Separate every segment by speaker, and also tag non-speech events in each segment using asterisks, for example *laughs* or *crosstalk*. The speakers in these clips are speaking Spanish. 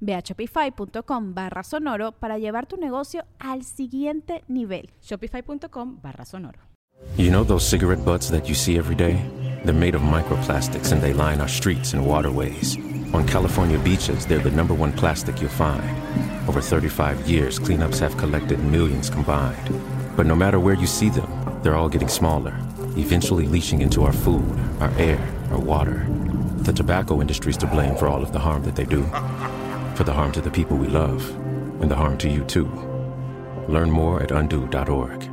Speaker 1: Ve a shopify.com barra sonoro para llevar tu negocio al siguiente nivel.
Speaker 2: Shopify.com barra sonoro.
Speaker 3: You know those cigarette butts that you see every day? They're made of microplastics and they line our streets and waterways. On California beaches, they're the number one plastic you'll find. Over 35 years, cleanups have collected millions combined. But no matter where you see them, they're all getting smaller, eventually leaching into our food, our air, our water. The tobacco industry's to blame for all of the harm that they do, for the harm to the people we love, and the harm to you too. Learn more at undo.org.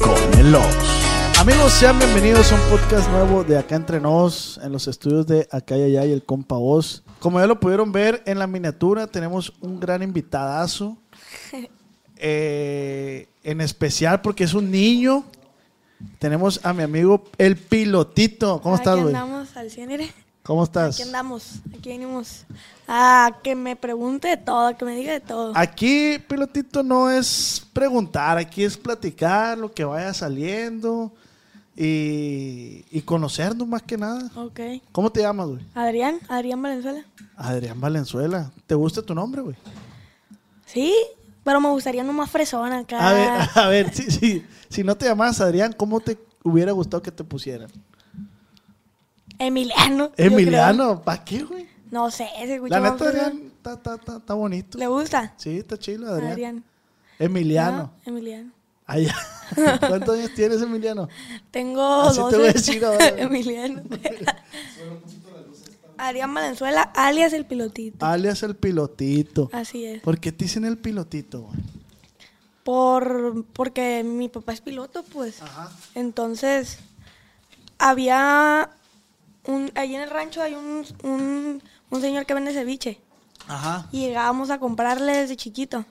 Speaker 4: con los Amigos, sean bienvenidos a un podcast nuevo de Acá Entre Nos, en los estudios de Acá y Allá y el Compa Voz. Como ya lo pudieron ver en la miniatura, tenemos un gran
Speaker 5: *laughs*
Speaker 4: invitadazo. Eh, en especial porque es un niño. Tenemos a mi amigo el pilotito. ¿Cómo estás,
Speaker 5: Aquí
Speaker 4: güey?
Speaker 5: andamos al 100, mire.
Speaker 4: ¿Cómo
Speaker 5: Aquí
Speaker 4: estás?
Speaker 5: andamos, aquí venimos a que me pregunte de todo, a que me diga de todo.
Speaker 4: Aquí, pilotito, no es preguntar, aquí es platicar lo que vaya saliendo y, y conocernos más que nada.
Speaker 5: Ok.
Speaker 4: ¿Cómo te llamas, güey?
Speaker 5: Adrián, Adrián Valenzuela.
Speaker 4: Adrián Valenzuela. ¿Te gusta tu nombre, güey?
Speaker 5: Sí, pero me gustaría nomás fresón acá.
Speaker 4: A ver, a ver, sí, sí. si no te llamas Adrián, ¿cómo te hubiera gustado que te pusieran?
Speaker 5: *laughs* Emiliano. yo creo.
Speaker 4: Emiliano, ¿para qué, güey?
Speaker 5: No sé, ese güey.
Speaker 4: La neta, Adrián, está, está, está, está bonito.
Speaker 5: ¿Le gusta?
Speaker 4: Sí, está chido,
Speaker 5: Adrián.
Speaker 4: Adrián. Emiliano.
Speaker 5: Ah, Emiliano.
Speaker 4: Ay,
Speaker 5: *laughs*
Speaker 4: ¿Cuántos años tienes, Emiliano?
Speaker 5: Tengo
Speaker 4: Así te
Speaker 5: 12.
Speaker 4: voy a decir ahora.
Speaker 5: *laughs*
Speaker 4: *laughs*
Speaker 5: Emiliano. Adrián Valenzuela, alias el pilotito.
Speaker 4: Alias el pilotito.
Speaker 5: Así es.
Speaker 4: ¿Por qué te dicen el pilotito, güey?
Speaker 5: Por, porque mi papá es piloto, pues. Entonces, había un, allí en el rancho hay un, un, un señor que vende ceviche.
Speaker 4: Ajá.
Speaker 5: Y llegábamos a comprarle desde chiquito.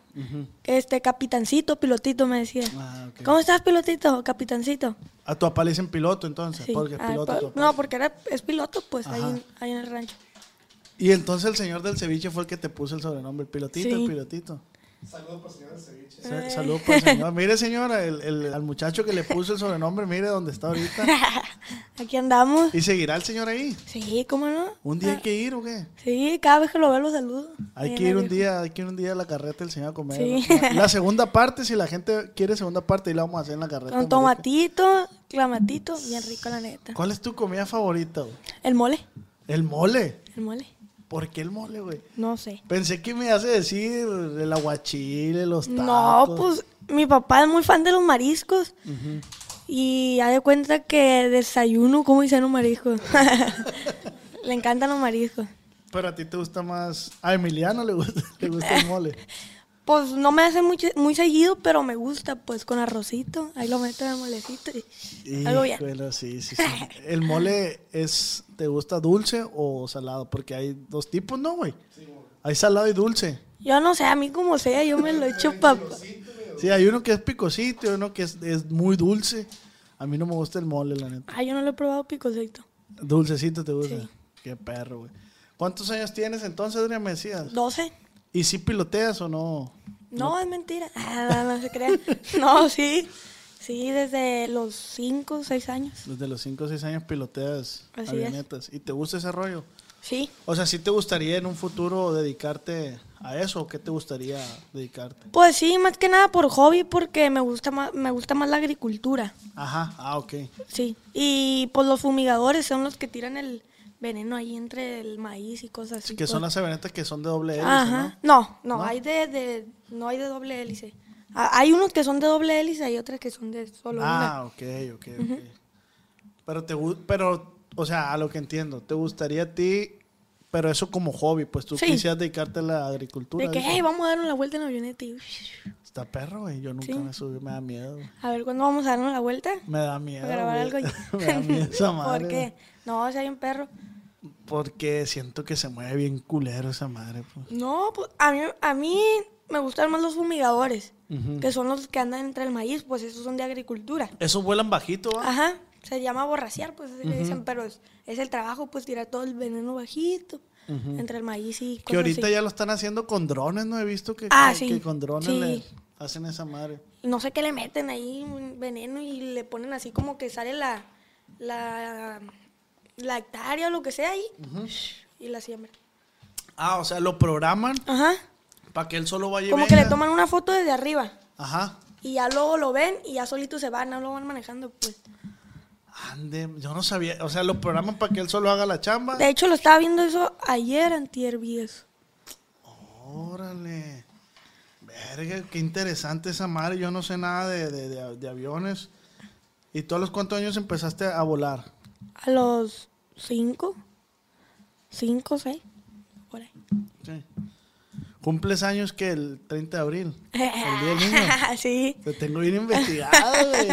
Speaker 5: Este, capitancito, pilotito, me decía.
Speaker 4: Ah, ok.
Speaker 5: ¿Cómo estás, pilotito? Capitancito.
Speaker 4: A tu papá le dicen piloto, entonces,
Speaker 5: Sí.
Speaker 4: porque es
Speaker 5: Ah,
Speaker 4: piloto.
Speaker 5: pa-
Speaker 4: tu papá.
Speaker 5: no, porque era, es piloto, pues, ahí,
Speaker 4: Ajá.
Speaker 5: en- ahí en el rancho. *laughs*
Speaker 4: Y entonces el señor del ceviche fue el que te puso el sobrenombre, el pilotito,
Speaker 5: Sí. Eh.
Speaker 4: el pilotito. Saludos por el señor del ceviche. Saludos por el
Speaker 5: *laughs*
Speaker 4: señor. Mire, señora, el, el- al muchacho que le puso el sobrenombre, mire dónde está ahorita.
Speaker 5: Aquí andamos.
Speaker 4: ¿Y seguirá el señor ahí?
Speaker 5: Sí, ¿cómo no? Ah,
Speaker 4: ¿Un día hay que ir o qué?
Speaker 5: Sí, cada vez que lo veo lo saludo.
Speaker 4: Hay
Speaker 5: Ahí
Speaker 4: que
Speaker 5: en
Speaker 4: ir
Speaker 5: el
Speaker 4: un
Speaker 5: viejo.
Speaker 4: día, hay que ir un día a la carreta del señor a comer.
Speaker 5: Sí.
Speaker 4: La, la segunda parte, si la gente quiere segunda parte, ahí la vamos a hacer en la carreta.
Speaker 5: Con
Speaker 4: marica.
Speaker 5: tomatito, clamatito, bien rico la neta.
Speaker 4: ¿Cuál es tu comida favorita, güey?
Speaker 5: El mole,
Speaker 4: El mole.
Speaker 5: el mole,
Speaker 4: ¿Por qué el mole, güey?
Speaker 5: no sé.
Speaker 4: Pensé que me hace decir el aguachile, los tacos.
Speaker 5: No, pues mi papá es muy fan de los mariscos. Y ha de cuenta que desayuno como dicen los mariscos. *laughs* Le encantan los mariscos.
Speaker 4: Pero a ti te gusta más. A Emiliano le gusta, *laughs* le gusta el mole.
Speaker 5: Pues no me hace muy, muy seguido, pero me gusta, pues con arrocito. Ahí lo meto en el molecito y *laughs* algo bien.
Speaker 4: Híjole, sí, sí, sí. El mole es. ¿Te gusta dulce o salado? Porque hay dos tipos, ¿no, güey? Hay salado y dulce.
Speaker 5: Yo no sé, a mí como sea, yo me lo echo para...
Speaker 4: Sí, hay uno que es picosito y uno que es, es muy dulce. A mí no me gusta el mole, la neta.
Speaker 5: Ah, yo no lo he probado picosito.
Speaker 4: Dulcecito te gusta.
Speaker 5: Sí.
Speaker 4: Qué perro, güey. ¿Cuántos años tienes entonces, Adrián? Me decías.
Speaker 5: 12.
Speaker 4: ¿Y si piloteas o no?
Speaker 5: No, es mentira. Ah, no, no se crean. No, sí. Sí, desde los 5, 6 años.
Speaker 4: Desde los 5 o 6 años piloteas
Speaker 5: Así es.
Speaker 4: avionetas. ¿Y te gusta ese rollo?
Speaker 5: Sí.
Speaker 4: O sea, ¿sí te gustaría en un futuro dedicarte a eso? ¿O qué te gustaría dedicarte?
Speaker 5: Pues sí, más que nada por hobby, porque me gusta más, me gusta más la agricultura.
Speaker 4: Ajá, ah, ok.
Speaker 5: Sí. Y pues los fumigadores son los que tiran el veneno ahí entre el maíz y cosas así.
Speaker 4: que son
Speaker 5: pues.
Speaker 4: las avionetas que son de doble hélice,
Speaker 5: Ajá.
Speaker 4: ¿no?
Speaker 5: No, no,
Speaker 4: ¿No?
Speaker 5: hay de, de- no hay de doble hélice. Ha- Hay unos que son de doble hélice y otros que son de solo
Speaker 4: Ah, ok, ok, ok. Pero te gu- pero, o sea, a lo que entiendo, te gustaría a ti, pero eso como hobby, pues tú
Speaker 5: Sí.
Speaker 4: quisieras dedicarte a la agricultura.
Speaker 5: una. De que,
Speaker 4: dices.
Speaker 5: hey, vamos a darnos la vuelta en la avioneta y
Speaker 4: Está perro, güey. Yo nunca
Speaker 5: Sí.
Speaker 4: me subí, me da miedo. güey.
Speaker 5: a ver cuándo vamos a darnos la vuelta.
Speaker 4: Me da miedo.
Speaker 5: A grabar algo.
Speaker 4: güey.
Speaker 5: y-
Speaker 4: *laughs* me
Speaker 5: *laughs*
Speaker 4: da miedo esa madre.
Speaker 5: ¿Por qué? No, si hay un perro.
Speaker 4: güey. Porque siento que se mueve bien culero esa madre, pues.
Speaker 5: No, pues a mí, a mí me gustan más los fumigadores, que son los que andan entre el maíz, pues esos son de agricultura.
Speaker 4: Esos vuelan bajito, ¿va?
Speaker 5: Ajá, se llama borraciar, pues así le dicen, pero es, es el trabajo, pues tirar todo el veneno bajito entre el maíz y
Speaker 4: que
Speaker 5: cosas
Speaker 4: ahorita
Speaker 5: así.
Speaker 4: ya lo están haciendo con drones, ¿no? He visto que,
Speaker 5: Ah,
Speaker 4: que-
Speaker 5: sí.
Speaker 4: que con drones
Speaker 5: Sí.
Speaker 4: le hacen esa madre.
Speaker 5: No sé qué le meten ahí, un veneno, y le ponen así como que sale la, la, la hectárea o lo que sea ahí, y la siembra.
Speaker 4: Ah, o sea, lo programan
Speaker 5: Ajá,
Speaker 4: para que él solo vaya y
Speaker 5: como que le
Speaker 4: venga.
Speaker 5: toman una foto desde arriba.
Speaker 4: Ajá.
Speaker 5: Y ya luego lo ven y ya solito se van, no lo van manejando, pues.
Speaker 4: Ande, yo no sabía. O sea, lo programan para que él solo haga la chamba.
Speaker 5: De hecho, lo estaba viendo eso ayer, antier, vi eso.
Speaker 4: Órale. Verga, qué interesante esa madre. Yo no sé nada de, de- de- de aviones. ¿Y tú a los cuántos años empezaste a volar?
Speaker 5: A los cinco, cinco, seis, por ahí.
Speaker 4: Sí. ¿Cumples años que el 30 de abril? El día del niño.
Speaker 5: *laughs* sí.
Speaker 4: Te tengo bien *laughs* investigado, güey.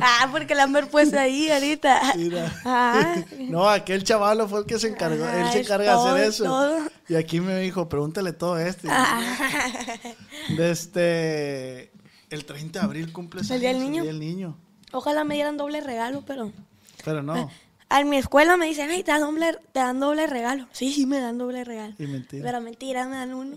Speaker 5: Ah, porque la han ver puesto ahí ahorita.
Speaker 4: Mira.
Speaker 5: *laughs* Ah,
Speaker 4: *laughs* No, aquel chaval fue el que se encargó.
Speaker 5: Ah,
Speaker 4: él se
Speaker 5: es
Speaker 4: encarga
Speaker 5: todo,
Speaker 4: de hacer
Speaker 5: es
Speaker 4: eso.
Speaker 5: todo. Ah.
Speaker 4: Y aquí me dijo, pregúntale todo esto. Desde este, el 30 de abril cumples
Speaker 5: ¿El día
Speaker 4: años,
Speaker 5: del
Speaker 4: El
Speaker 5: niño?
Speaker 4: día del niño.
Speaker 5: ojalá me dieran doble regalo, pero
Speaker 4: Pero
Speaker 5: Ah.
Speaker 4: no.
Speaker 5: a mi escuela me dicen, ay, te dan doble, te dan doble regalo. Sí, sí, me dan doble regalo.
Speaker 4: Y mentira.
Speaker 5: Pero mentira, me dan uno.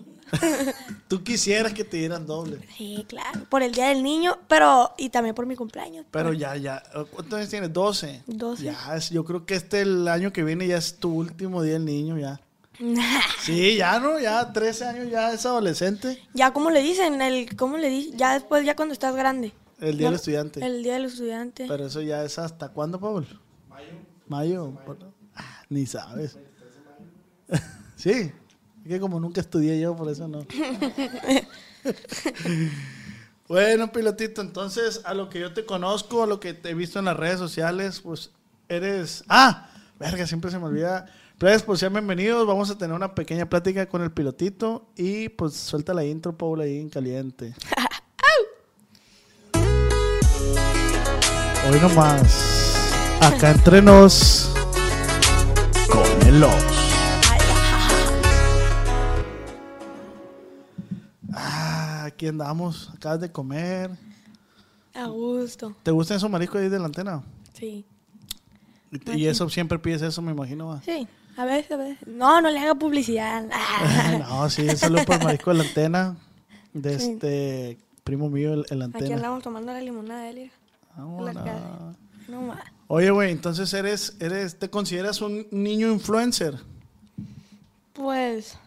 Speaker 4: Tú quisieras que te dieran doble.
Speaker 5: *laughs* sí, claro, por el día del niño, pero y también por mi cumpleaños. pues.
Speaker 4: Pero ya, ya. ¿Cuántos años tienes? 12.
Speaker 5: 12.
Speaker 4: Ya, es- yo creo que este el año que viene ya es tu último día del niño, ya.
Speaker 5: *laughs*
Speaker 4: Sí, ya, ¿no? Ya, 13 años ya es adolescente.
Speaker 5: Ya, como le dicen? El, ¿Cómo le dicen? Ya después, ya cuando estás grande.
Speaker 4: El día
Speaker 5: Ya-
Speaker 4: del estudiante.
Speaker 5: El día del estudiante.
Speaker 4: Pero eso ya es hasta cuándo, Paul? Mayo. Mayo. por- Ah, ni sabes. *laughs* sí. Es que como nunca estudié yo, por eso no. bueno, pilotito, entonces a lo que yo te conozco, a lo que te he visto en las redes sociales, pues eres... Ah, verga, siempre se me olvida. Gracias por ser bienvenidos. Vamos a tener una pequeña plática con el pilotito y pues suelta la intro, Paul, ahí en caliente. Hoy nomás, acá entre nos, con el os. Ah, aquí andamos, acabas de comer.
Speaker 5: A gusto,
Speaker 4: ¿Te gustan esos mariscos ahí de la antena?
Speaker 5: sí.
Speaker 4: Y, te-
Speaker 5: Ah,
Speaker 4: y eso siempre pides eso, me imagino. va. *laughs*
Speaker 5: Sí, a veces, a veces. No, no le haga publicidad. *laughs*
Speaker 4: no, sí, un saludo para el marisco de la antena. De este primo mío, el, el
Speaker 5: Aquí
Speaker 4: antena.
Speaker 5: andamos tomando la limonada, Elia.
Speaker 4: Vámonos.
Speaker 5: la calle. No más.
Speaker 4: Oye, güey, entonces eres, eres, te consideras un niño influencer.
Speaker 5: Pues,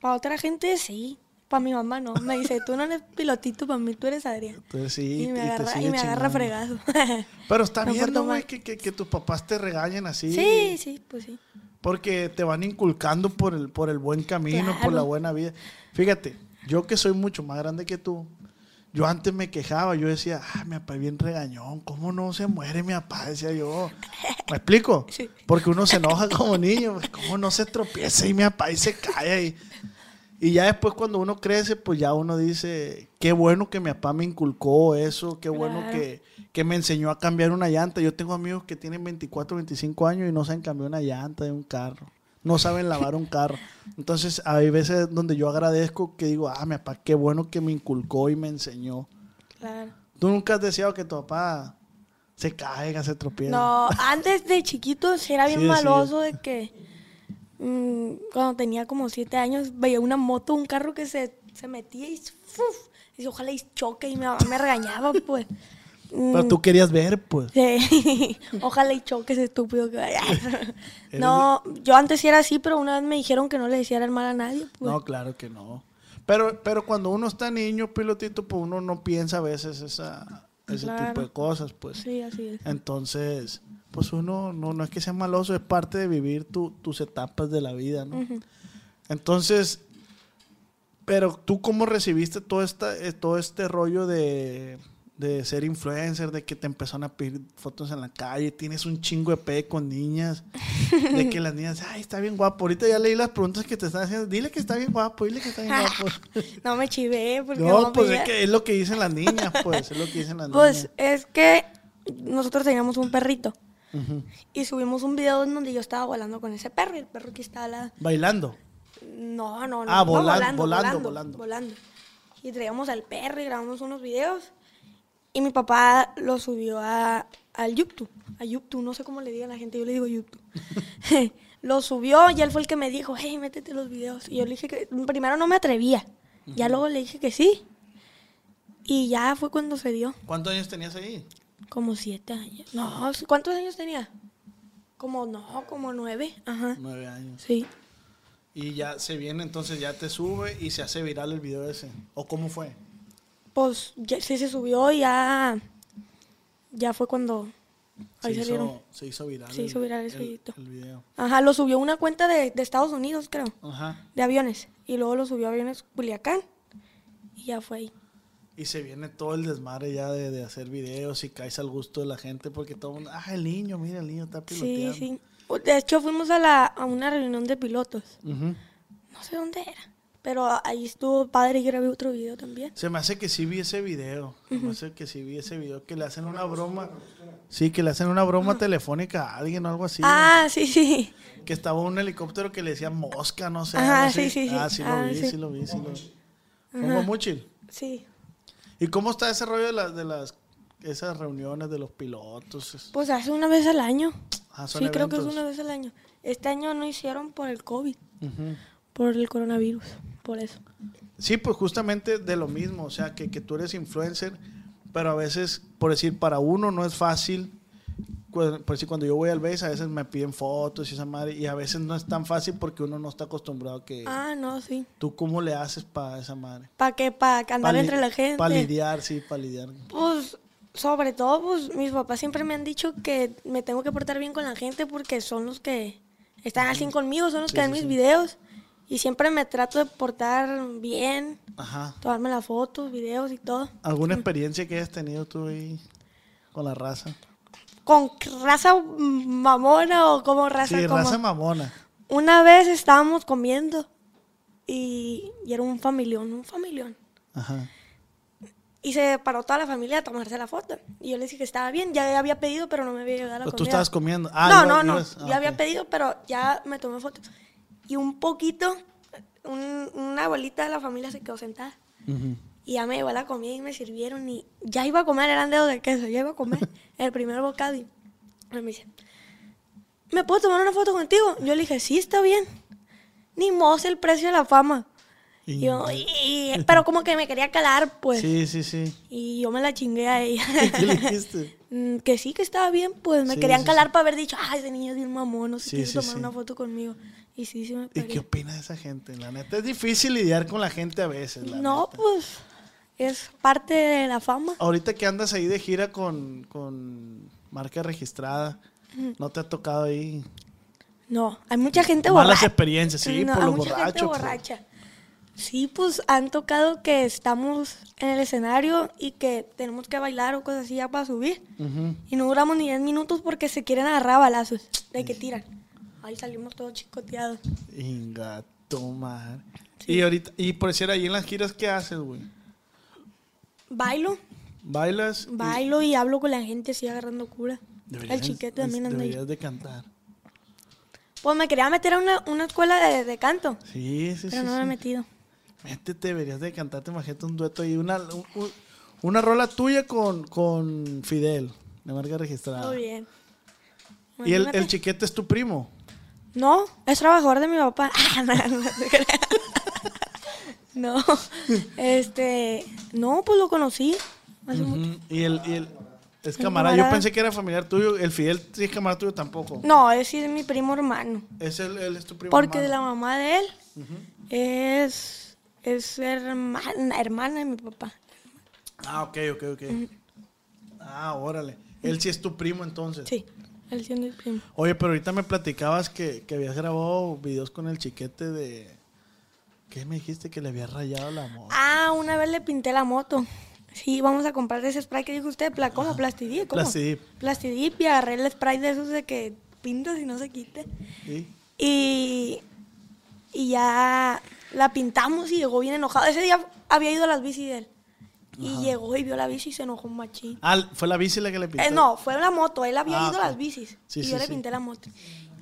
Speaker 5: para otra gente sí. Para mi mamá no. Me dice, tú no eres pilotito, para mí tú eres Adrián.
Speaker 4: Entonces sí,
Speaker 5: Y, me
Speaker 4: y te
Speaker 5: agarra,
Speaker 4: sigue
Speaker 5: y me agarra
Speaker 4: chingando.
Speaker 5: fregado. *laughs*
Speaker 4: Pero está
Speaker 5: Me
Speaker 4: bien,
Speaker 5: porto
Speaker 4: ¿no, güey,
Speaker 5: mal.
Speaker 4: que, que- que tus papás te regañen así.
Speaker 5: sí, sí, pues sí.
Speaker 4: Porque te van inculcando por el, por el buen camino, por la
Speaker 5: Claro.
Speaker 4: buena vida. Fíjate, yo que soy mucho más grande que tú, yo antes me quejaba, yo decía, ah, mi papá es bien regañón, ¿cómo no se muere mi papá? Decía yo. ¿Me explico?
Speaker 5: *laughs* Sí.
Speaker 4: Porque uno se enoja como niño, pues, ¿cómo no se tropieza y mi papá y se cae y- Y ya después cuando uno crece, pues ya uno dice, qué bueno que mi papá me inculcó eso, qué bueno
Speaker 5: Claro.
Speaker 4: que, que me enseñó a cambiar una llanta. Yo tengo amigos que tienen 24, 25 años y no saben cambiar una llanta de un carro, no saben lavar un carro. Entonces hay veces donde yo agradezco que digo, ah, mi papá, qué bueno que me inculcó y me enseñó.
Speaker 5: Claro.
Speaker 4: ¿Tú nunca has deseado que tu papá se caiga, se tropiece?
Speaker 5: No, antes de chiquito sí era bien
Speaker 4: Sí, sí.
Speaker 5: maloso de que mm, cuando tenía como siete años, veía una moto, un carro que se, se metía y, ¡fuf! y ojalá y choque y mi mamá me regañaba, *laughs* pues.
Speaker 4: Pero tú querías ver, pues.
Speaker 5: Sí. *laughs* Ojalá y choques estúpido
Speaker 4: *laughs*
Speaker 5: que vaya. No, yo antes sí era así, pero una vez me dijeron que no le decía el mal a nadie. Pues.
Speaker 4: No, claro que no. Pero, pero cuando uno está niño, pilotito, pues uno no piensa a veces esa, ese
Speaker 5: Claro.
Speaker 4: tipo de cosas, pues.
Speaker 5: Sí, así es.
Speaker 4: Entonces, pues uno no, no es que sea maloso, es parte de vivir tu- tus etapas de la vida, ¿no? Entonces, pero tú cómo recibiste todo, esta, eh, todo este rollo de, de ser influencer, de que te empezaron a pedir fotos en la calle, tienes un chingo de pe con niñas, de que las niñas, ay, está bien guapo. Ahorita ya leí las preguntas que te están haciendo, dile que está bien guapo, dile que está bien guapo.
Speaker 5: *laughs* No me chivé porque
Speaker 4: No,
Speaker 5: no
Speaker 4: pues
Speaker 5: veía.
Speaker 4: es, que es lo que dicen las niñas, pues, es lo que dicen las
Speaker 5: Pues
Speaker 4: niñas.
Speaker 5: es que nosotros teníamos un perrito y subimos un video en donde yo estaba volando con ese perro y el perro que estaba la...
Speaker 4: Bailando.
Speaker 5: No, no, no.
Speaker 4: Ah,
Speaker 5: no,
Speaker 4: volan- volando,
Speaker 5: volando, volando,
Speaker 4: volando.
Speaker 5: volando, Y traíamos al perro y grabamos unos videos. Y mi papá lo subió a, al YouTube. A YouTube, no sé cómo le diga a la gente, yo le digo YouTube. *laughs* lo subió y él fue el que me dijo, hey, métete los videos. Y yo le dije que primero no me atrevía. Ya luego le dije que sí. Y ya fue cuando se dio.
Speaker 4: ¿Cuántos años tenías ahí?
Speaker 5: Como siete años. No, ¿cuántos años tenía? Como no, como nueve. Ajá.
Speaker 4: Nueve años.
Speaker 5: Sí.
Speaker 4: Y ya se viene, entonces ya te sube y se hace viral el video ese. ¿O cómo fue?
Speaker 5: Pues ya, sí se subió y ya. Ya fue cuando. Ahí
Speaker 4: se,
Speaker 5: salieron.
Speaker 4: hizo, se hizo viral.
Speaker 5: Se hizo viral ese
Speaker 4: el-
Speaker 5: videito.
Speaker 4: el video.
Speaker 5: Ajá, lo subió una cuenta de, de Estados Unidos, creo.
Speaker 4: Ajá.
Speaker 5: De aviones. Y luego lo subió a aviones Culiacán. Y ya fue ahí.
Speaker 4: Y se viene todo el desmadre ya de, de hacer videos y caes al gusto de la gente porque todo el mundo, ah, el niño, mira, el niño está
Speaker 5: Sí,
Speaker 4: piloteando.
Speaker 5: sí. O- De hecho, fuimos a, la, a una reunión de pilotos.
Speaker 4: Ujú.
Speaker 5: No sé dónde era. Pero a- ahí estuvo padre y grabé otro video también.
Speaker 4: Se me hace que sí vi ese video. Se me hace que sí vi ese video que le hacen una broma. Sí, que le hacen una broma telefónica a alguien o algo así. ¿no?
Speaker 5: ah, sí, sí.
Speaker 4: Que estaba un helicóptero que le decía mosca, no sé.
Speaker 5: Ajá,
Speaker 4: algo así.
Speaker 5: sí, sí, sí.
Speaker 4: Ah, sí lo
Speaker 5: Ah,
Speaker 4: vi, sí.
Speaker 5: sí.
Speaker 4: lo vi, sí lo vi. Como Muchil.
Speaker 5: Sí.
Speaker 4: ¿Y cómo está ese rollo de, las de las esas reuniones de los pilotos? Es-
Speaker 5: Pues hace una vez al año.
Speaker 4: Ah,
Speaker 5: sí,
Speaker 4: son
Speaker 5: creo que es
Speaker 4: eventos.
Speaker 5: una vez al año. Este año no hicieron por el COVID,
Speaker 4: Ujú.
Speaker 5: por el coronavirus, por eso.
Speaker 4: Sí, pues justamente de lo mismo, o sea, que, que tú eres influencer, pero a veces, por decir, para uno no es fácil. Cu- Por decir, cuando yo voy al BES, a veces me piden fotos y esa madre, y a veces no es tan fácil porque uno no está acostumbrado a que...
Speaker 5: Ah, no, sí.
Speaker 4: ¿Tú cómo le haces para esa madre?
Speaker 5: ¿Para qué? ¿Para andar entre la gente?
Speaker 4: Para lidiar, sí, para lidiar.
Speaker 5: Pues, sobre todo, pues, mis papás siempre me han dicho que me tengo que portar bien con la gente porque son los que están así conmigo, son los que ven mis videos. Y siempre me trato de portar bien,
Speaker 4: Ajá.
Speaker 5: tomarme las fotos, videos y todo.
Speaker 4: ¿Alguna experiencia que hayas tenido tú ahí con la raza?
Speaker 5: Con raza mamona o como raza
Speaker 4: Sí,
Speaker 5: como...
Speaker 4: raza mamona.
Speaker 5: Una vez estábamos comiendo y, y era un familión, un familión.
Speaker 4: Ajá.
Speaker 5: Y se paró toda la familia a tomarse la foto. Y yo le dije que estaba bien, ya había pedido, pero no me había llegado la
Speaker 4: Pero
Speaker 5: comida.
Speaker 4: Pues, tú estabas comiendo. Ah,
Speaker 5: no,
Speaker 4: iba-
Speaker 5: no, no,
Speaker 4: ibas- ah,
Speaker 5: yo había
Speaker 4: ok.
Speaker 5: pedido, pero ya me tomé foto. Y un poquito, un- una abuelita de la familia se quedó sentada.
Speaker 4: Ujú.
Speaker 5: Y ya me llevó la comida y me sirvieron y ya iba a comer, eran dedos de queso, ya iba a
Speaker 4: *laughs*
Speaker 5: comer el primer bocado y me dice, ¿me puedo tomar una foto contigo? Yo le dije, sí, está bien. Ni mos el precio de la fama. Y yo, "Y-". pero como que me quería calar, pues.
Speaker 4: Sí, sí, sí.
Speaker 5: *laughs* Y yo me la chingué
Speaker 4: *laughs*
Speaker 5: a ella.
Speaker 4: ¿Qué le dijiste?
Speaker 5: Mm, que sí, que estaba bien, pues me
Speaker 4: Sí,
Speaker 5: querían
Speaker 4: sí,
Speaker 5: calar para haber dicho, ay, ese niño es un mamón, no se
Speaker 4: Sí,
Speaker 5: quiso
Speaker 4: sí,
Speaker 5: tomar
Speaker 4: sí.
Speaker 5: una foto conmigo. Y sí, sí me
Speaker 4: ¿Y
Speaker 5: paré.
Speaker 4: qué opina de esa gente? La neta, es difícil lidiar con la gente a veces. la
Speaker 5: No,
Speaker 4: neta.
Speaker 5: pues es parte de la fama.
Speaker 4: Ahorita que andas ahí de gira con, con marca registrada, ¿no te ha tocado ahí?
Speaker 5: No, hay mucha gente borracha.
Speaker 4: Malas experiencias, sí, por
Speaker 5: hay
Speaker 4: los
Speaker 5: mucha gente
Speaker 4: borrachos, pues.
Speaker 5: borracha. Sí, pues han tocado que estamos en el escenario y que tenemos que bailar o cosas así ya para subir. Y no duramos ni 10 minutos porque se quieren agarrar a balazos de que tiran. Ahí salimos todos chicoteados.
Speaker 4: Inga, tomar. Y ahorita, y por decir ahí en las giras, ¿qué haces, güey?
Speaker 5: Bailo,
Speaker 4: ¿Bailas? y-
Speaker 5: bailo y hablo con la gente así agarrando cura.
Speaker 4: Deberías-
Speaker 5: el chiquete también anda ahí.
Speaker 4: Deberías de cantar.
Speaker 5: Pues me quería meter a una, una escuela de, de canto,
Speaker 4: Sí, sí,
Speaker 5: pero
Speaker 4: sí.
Speaker 5: no me
Speaker 4: sí.
Speaker 5: he metido.
Speaker 4: Métete, deberías de cantarte, imagínate un dueto ahí, una, un- un- una rola tuya con, con Fidel, de marca registrada.
Speaker 5: Muy bien.
Speaker 4: Ah. Y el,
Speaker 5: Imagínate.
Speaker 4: el chiquete es tu primo.
Speaker 5: No, es trabajador de mi papá. *laughs* Ah, no, no te creas. No, este, no, pues lo conocí. hace mucho.
Speaker 4: Ujú. Y el, y el- es camarada. Yo
Speaker 5: camarada.
Speaker 4: pensé que era familiar tuyo. El Fidel sí es camarada tuyo tampoco.
Speaker 5: No, es sí es mi primo hermano.
Speaker 4: Es él, él es tu primo.
Speaker 5: Porque
Speaker 4: hermano.
Speaker 5: la mamá de él es, es hermana, hermana de mi papá.
Speaker 4: Ah, ok, ok, ok. Ah, órale. Él sí es tu primo entonces.
Speaker 5: Sí, él siendo mi primo.
Speaker 4: Oye, pero ahorita me platicabas que, que habías grabado videos con el chiquete de. ¿Qué me dijiste? Que le había rayado la moto.
Speaker 5: Ah, una vez le pinté la moto. Sí, vamos a comprar ese spray que dijo usted, pla-
Speaker 4: Ah,
Speaker 5: ¿cómo? Plastidip, ¿cómo?
Speaker 4: Plastidip.
Speaker 5: Plastidip y agarré el spray de esos de que pintas y no se quite.
Speaker 4: ¿Sí?
Speaker 5: Y, y ya la pintamos y llegó bien enojado. Ese día había ido a las bici de él. Y llegó y vio la bici y se enojó un machín.
Speaker 4: Ah, fue la bici la que le pintaste.
Speaker 5: Eh, no, fue la moto. Él había
Speaker 4: Ah,
Speaker 5: ido
Speaker 4: ok.
Speaker 5: a las bicis.
Speaker 4: Sí,
Speaker 5: y
Speaker 4: sí,
Speaker 5: yo le
Speaker 4: sí.
Speaker 5: pinté la moto.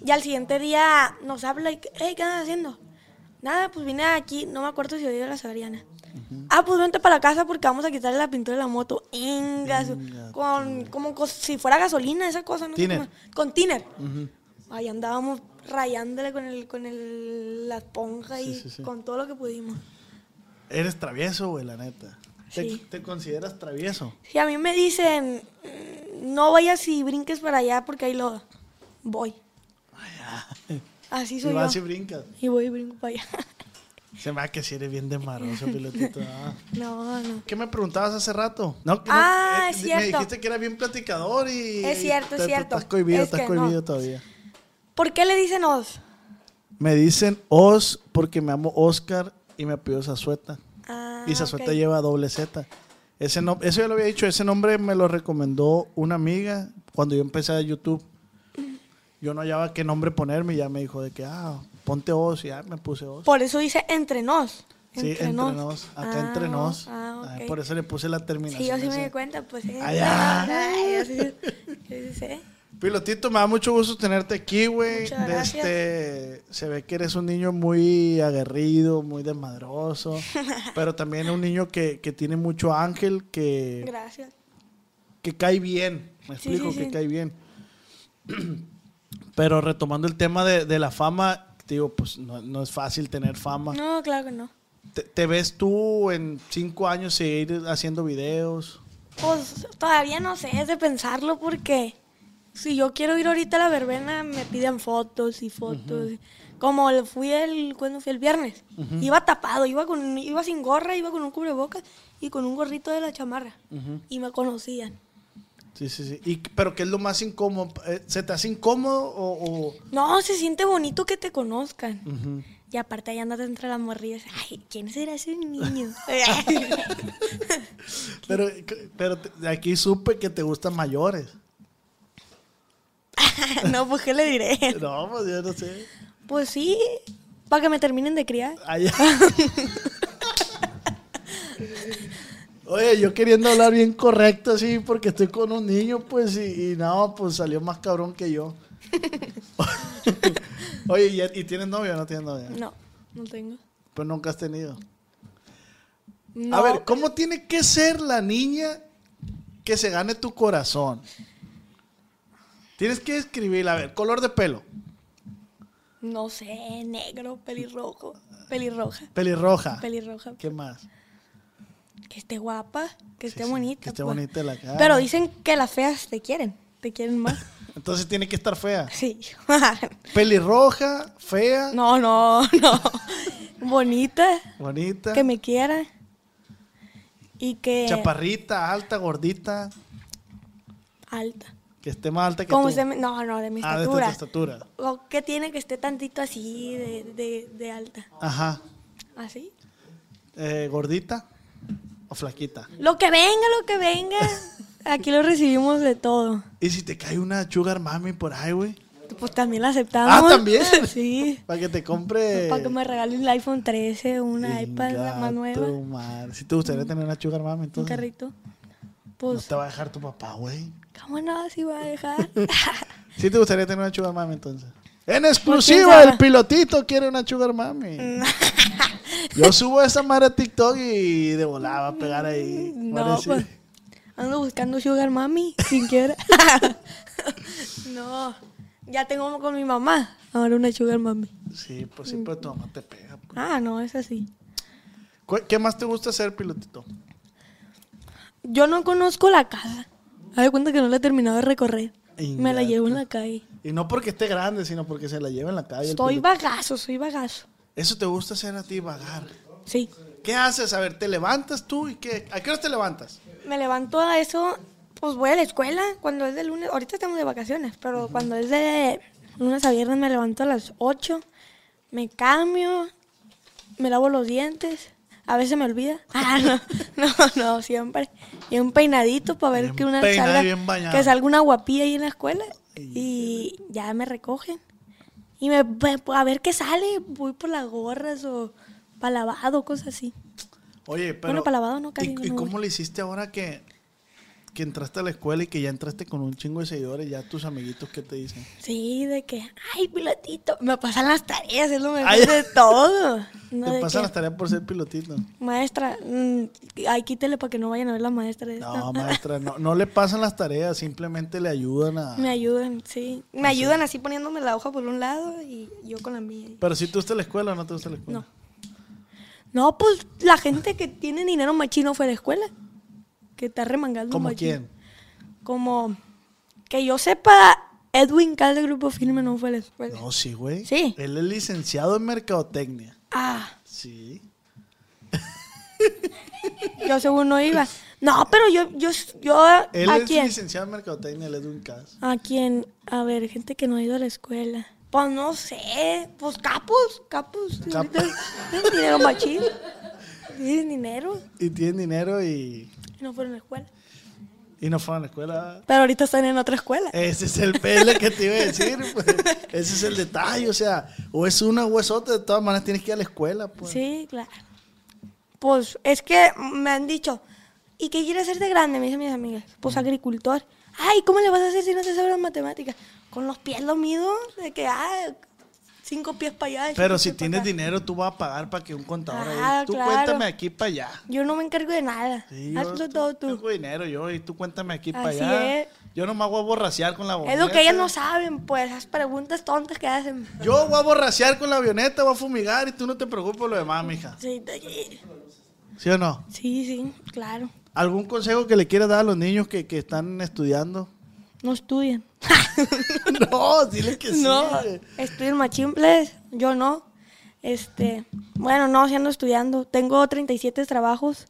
Speaker 5: Y al siguiente día nos habla y, que, "Ey, ¿qué andas haciendo? Nada, pues vine aquí. No me acuerdo si oí de la Sabriana. Ah, pues vente para la casa porque vamos a quitarle la pintura de la moto. Inga, su-
Speaker 4: Inga,
Speaker 5: con, como cos- si fuera gasolina, esa cosa. No sé
Speaker 4: Tiner.
Speaker 5: cómo- Con tiner. Ahí andábamos rayándole con, el, con el, la esponja y
Speaker 4: Sí, sí, sí.
Speaker 5: con todo lo que pudimos.
Speaker 4: Eres travieso, güey, la neta. ¿Te,
Speaker 5: Sí.
Speaker 4: te consideras travieso?
Speaker 5: Si a mí me dicen, "Mm, no vayas y brinques para allá porque ahí lo voy. Así
Speaker 4: Y
Speaker 5: soy
Speaker 4: vas y
Speaker 5: yo.
Speaker 4: brincas.
Speaker 5: Y voy y brinco para allá. *laughs*
Speaker 4: Se me va que si eres bien desmaroso, pilotito. Ah.
Speaker 5: No, no.
Speaker 4: ¿Qué me preguntabas hace rato? No, que no,
Speaker 5: Ah,
Speaker 4: di-
Speaker 5: es
Speaker 4: Me
Speaker 5: cierto.
Speaker 4: dijiste que era bien platicador y.
Speaker 5: Es
Speaker 4: y
Speaker 5: cierto,
Speaker 4: te-
Speaker 5: es
Speaker 4: te-
Speaker 5: cierto.
Speaker 4: Estás cohibido,
Speaker 5: Es
Speaker 4: estás
Speaker 5: que
Speaker 4: cohibido
Speaker 5: no.
Speaker 4: todavía.
Speaker 5: ¿Por qué le dicen os?
Speaker 4: Me dicen Os porque me amo Oscar y me pidió Zazueta.
Speaker 5: Ah,
Speaker 4: y Zazueta
Speaker 5: ok.
Speaker 4: lleva doble Z. Ese no, eso ya lo había dicho, ese nombre me lo recomendó una amiga cuando yo empecé a YouTube. Yo no hallaba qué nombre ponerme y ya me dijo de que, ah, ponte Os y ya me puse Os.
Speaker 5: Por eso dice entre nos.
Speaker 4: Sí, entre
Speaker 5: nos.
Speaker 4: nos, acá entre
Speaker 5: Ah,
Speaker 4: nos.
Speaker 5: ah, ok.
Speaker 4: Ay, por eso le puse la terminación.
Speaker 5: Sí, yo sí
Speaker 4: esa.
Speaker 5: me di cuenta, pues. eh.
Speaker 4: Ay, ah.
Speaker 5: Ay, yo sí- yo sí sé.
Speaker 4: Pilotito, me da mucho gusto tenerte aquí, güey.
Speaker 5: Muchas
Speaker 4: De
Speaker 5: gracias.
Speaker 4: Este, se ve que eres un niño muy aguerrido, muy
Speaker 5: *laughs*
Speaker 4: desmadroso, pero también un niño que, que tiene mucho ángel, que,
Speaker 5: Gracias.
Speaker 4: que cae bien. Me
Speaker 5: Sí,
Speaker 4: explico,
Speaker 5: sí,
Speaker 4: que
Speaker 5: sí.
Speaker 4: cae bien. Pero retomando el tema de, de la fama, te digo, pues no, no es fácil tener fama.
Speaker 5: No, claro que no.
Speaker 4: ¿Te, te ves tú en cinco años seguir haciendo videos?
Speaker 5: Pues todavía no sé, es de pensarlo porque si yo quiero ir ahorita a la verbena me piden fotos y fotos. Como el- fui el cuando fui el viernes, iba tapado, iba con iba sin gorra, iba con un cubrebocas y con un gorrito de la chamarra y me conocían.
Speaker 4: Sí, sí, sí. Y, ¿Pero qué es lo más incómodo? Eh, ¿Se te hace incómodo o...? o-
Speaker 5: No, se siente bonito que te conozcan.
Speaker 4: Ujú.
Speaker 5: Y aparte ahí andas entre las morrillas. Ay, ¿quién será
Speaker 4: *laughs*
Speaker 5: ese niño? *laughs*
Speaker 4: Pero, pero te- aquí supe que te gustan mayores.
Speaker 5: no, pues qué le
Speaker 4: *laughs*
Speaker 5: diré.
Speaker 4: No, pues yo no sé.
Speaker 5: Pues sí, para que me terminen de criar.
Speaker 4: Allá. Oye, yo queriendo hablar bien correcto, así, porque estoy con un niño, pues, y, y no, pues salió más cabrón que yo. *laughs* Oye, ¿y, y tienes novia o no tienes novia?
Speaker 5: No, no tengo.
Speaker 4: Pues nunca has tenido.
Speaker 5: No.
Speaker 4: A ver, ¿cómo tiene que ser la niña que se gane tu corazón? Tienes que escribir, a ver, color de pelo,
Speaker 5: No sé, negro, pelirrojo, pelirroja,
Speaker 4: pelirroja.
Speaker 5: pelirroja.
Speaker 4: Ah, ¿Qué más?
Speaker 5: Que esté guapa, que esté
Speaker 4: sí,
Speaker 5: bonita.
Speaker 4: que esté
Speaker 5: pues.
Speaker 4: bonita la cara.
Speaker 5: Pero dicen que las feas te quieren, te quieren más. *laughs*
Speaker 4: Entonces tiene que estar fea.
Speaker 5: Sí. *laughs*
Speaker 4: Pelirroja, fea,
Speaker 5: no, no, no. bonita,
Speaker 4: bonita,
Speaker 5: que me quiera. Y que...
Speaker 4: chaparrita, alta, gordita,
Speaker 5: Alta.
Speaker 4: que esté más alta que
Speaker 5: Como
Speaker 4: tú.
Speaker 5: usted me- No, no, de mi
Speaker 4: Ah, de tu- tu
Speaker 5: estatura.
Speaker 4: estatura.
Speaker 5: O que tiene que esté tantito así de, de, de alta.
Speaker 4: Ajá.
Speaker 5: ¿Así?
Speaker 4: Eh, gordita o flaquita.
Speaker 5: Lo que venga, lo
Speaker 4: *laughs*
Speaker 5: que venga. Aquí lo recibimos de todo.
Speaker 4: ¿Y si te cae una sugar mami por ahí, güey?
Speaker 5: Pues también la aceptamos.
Speaker 4: Ah, ¿también?
Speaker 5: *laughs*
Speaker 4: Eh.
Speaker 5: sí.
Speaker 4: Para que te
Speaker 5: *laughs*
Speaker 4: compre...
Speaker 5: Para que me regalen el iPhone 13, una iPad la
Speaker 4: Inga
Speaker 5: más nueva,
Speaker 4: tu madre. Si te gustaría tener una sugar mami,
Speaker 5: un
Speaker 4: entonces...
Speaker 5: carrito.
Speaker 4: No
Speaker 5: Pues,
Speaker 4: te va a dejar tu papá, güey.
Speaker 5: ¿cómo no? Si va a
Speaker 4: *laughs*
Speaker 5: dejar.
Speaker 4: Si te gustaría tener una sugar mami, entonces. En exclusiva,
Speaker 5: Pues, sabe?
Speaker 4: el pilotito quiere una sugar
Speaker 5: *laughs*
Speaker 4: mami. Yo subo esa madre a TikTok y de volada va a pegar ahí.
Speaker 5: no,
Speaker 4: parece.
Speaker 5: pues. Ando buscando
Speaker 4: *laughs*
Speaker 5: Sugar *laughs* Mami, sin querer. no. Ya tengo uno con mi mamá. Ahora una sugar mami.
Speaker 4: Sí, pues sí, pero tu mamá te pega. pues.
Speaker 5: Ah, no, es así.
Speaker 4: ¿Cu- ¿Qué más te gusta hacer, pilotito?
Speaker 5: Yo no conozco la casa. Haz de cuenta que no la he terminado de recorrer.
Speaker 4: Ingato.
Speaker 5: Me la llevo en la calle.
Speaker 4: Y no porque esté grande, sino porque se la lleva en la calle. el
Speaker 5: Estoy
Speaker 4: piloto.
Speaker 5: bagazo, soy bagazo.
Speaker 4: Eso te gusta hacer a ti, vagar.
Speaker 5: Sí.
Speaker 4: ¿Qué haces? A ver, ¿te levantas tú? ¿Y qué? ¿A qué hora te levantas?
Speaker 5: Me levanto a eso, pues voy a la escuela cuando es de lunes. Ahorita estamos de vacaciones, pero cuando es de lunes a viernes me levanto a las 8, me cambio, me lavo los dientes. A veces me olvida. *laughs* Ah, no, no, no, siempre. Y un peinadito para ver
Speaker 4: Bien
Speaker 5: que una
Speaker 4: peinada y
Speaker 5: salga,
Speaker 4: bien bañada.
Speaker 5: que salga una guapilla ahí en la escuela. Y ya me recogen. Y me, me- a ver qué sale. Voy por las gorras o para lavado, cosas así.
Speaker 4: Oye, pero...
Speaker 5: Bueno, para lavado no,
Speaker 4: ¿Y,
Speaker 5: cariño,
Speaker 4: y
Speaker 5: no voy.
Speaker 4: cómo le hiciste ahora que, que entraste a la escuela y que ya entraste con un chingo de seguidores? Ya tus amiguitos, ¿qué te dicen?
Speaker 5: Sí, de que, ay, pilotito, me pasan las tareas, es lo mejor
Speaker 4: Ay.
Speaker 5: de todo.
Speaker 4: *laughs*
Speaker 5: No,
Speaker 4: te
Speaker 5: de
Speaker 4: pasan
Speaker 5: que,
Speaker 4: las tareas por ser pilotito.
Speaker 5: Maestra, mm, ay, quítele para que no vayan a ver la maestra. esta. *laughs*
Speaker 4: No, maestra, no, no le pasan las tareas, simplemente le ayudan a...
Speaker 5: Me ayudan, sí. Me ayudan así poniéndome la hoja por un lado y yo con la mía.
Speaker 4: Pero pues. si te gusta la escuela o no te gusta la escuela.
Speaker 5: No. No, pues la gente que tiene dinero machino fue a la escuela. Que está remangando.
Speaker 4: ¿Como
Speaker 5: machín.
Speaker 4: quién?
Speaker 5: Como que yo sepa, Edwin Cal del grupo firme no fue a la escuela.
Speaker 4: No, sí, güey.
Speaker 5: Sí.
Speaker 4: Él es licenciado en mercadotecnia.
Speaker 5: Ah.
Speaker 4: Sí.
Speaker 5: Yo según no iba. No, pero yo, yo, yo,
Speaker 4: Él
Speaker 5: ¿a
Speaker 4: es
Speaker 5: quién?
Speaker 4: licenciado en mercadotecnia, él es de un caso.
Speaker 5: ¿A quién? A ver, gente que no ha ido a la escuela. Pues no sé, pues capos, capos.
Speaker 4: Cap-
Speaker 5: Tienen dinero machín. Tienen dinero
Speaker 4: Y tiene dinero y,
Speaker 5: y no fueron a la escuela.
Speaker 4: y no fueron a la escuela.
Speaker 5: Pero ahorita están en otra escuela.
Speaker 4: Ese es el PL que te iba a decir, pues. Ese es el detalle, o sea, o es una o es otra, de todas maneras tienes que ir a la escuela, pues.
Speaker 5: Sí, claro. Pues es que me han dicho, ¿y qué quieres ser de grande? Me dicen mis amigas. Pues agricultor. Ay, ¿cómo le vas a hacer si no te sabes las matemáticas? Con los pies lo mido, de que, ah, cinco pies para allá. cinco
Speaker 4: Pero si
Speaker 5: pies pa'
Speaker 4: tienes
Speaker 5: acá.
Speaker 4: dinero, tú vas a pagar para que un contador ahí,
Speaker 5: Ah,
Speaker 4: Tú
Speaker 5: claro.
Speaker 4: cuéntame aquí para allá.
Speaker 5: Yo no me encargo de nada.
Speaker 4: Sí, yo
Speaker 5: Hazlo todo tú.
Speaker 4: Tengo dinero yo y tú cuéntame aquí para
Speaker 5: Así
Speaker 4: allá.
Speaker 5: es.
Speaker 4: Yo nomás voy a borrasear con la boleta.
Speaker 5: Es lo que ellas no saben, pues, esas preguntas tontas que hacen.
Speaker 4: Yo voy a borrasear con la avioneta, voy a fumigar y tú no te preocupes por lo demás, mija.
Speaker 5: Sí, de-
Speaker 4: ¿Sí o no?
Speaker 5: sí, sí, claro.
Speaker 4: ¿Algún consejo que le quieras dar a los niños que, que están estudiando? *laughs*
Speaker 5: No estudian.
Speaker 4: no, dile que sí.
Speaker 5: No, estudian machimples, yo no. Este, bueno, no, si ando estudiando. Tengo 37 trabajos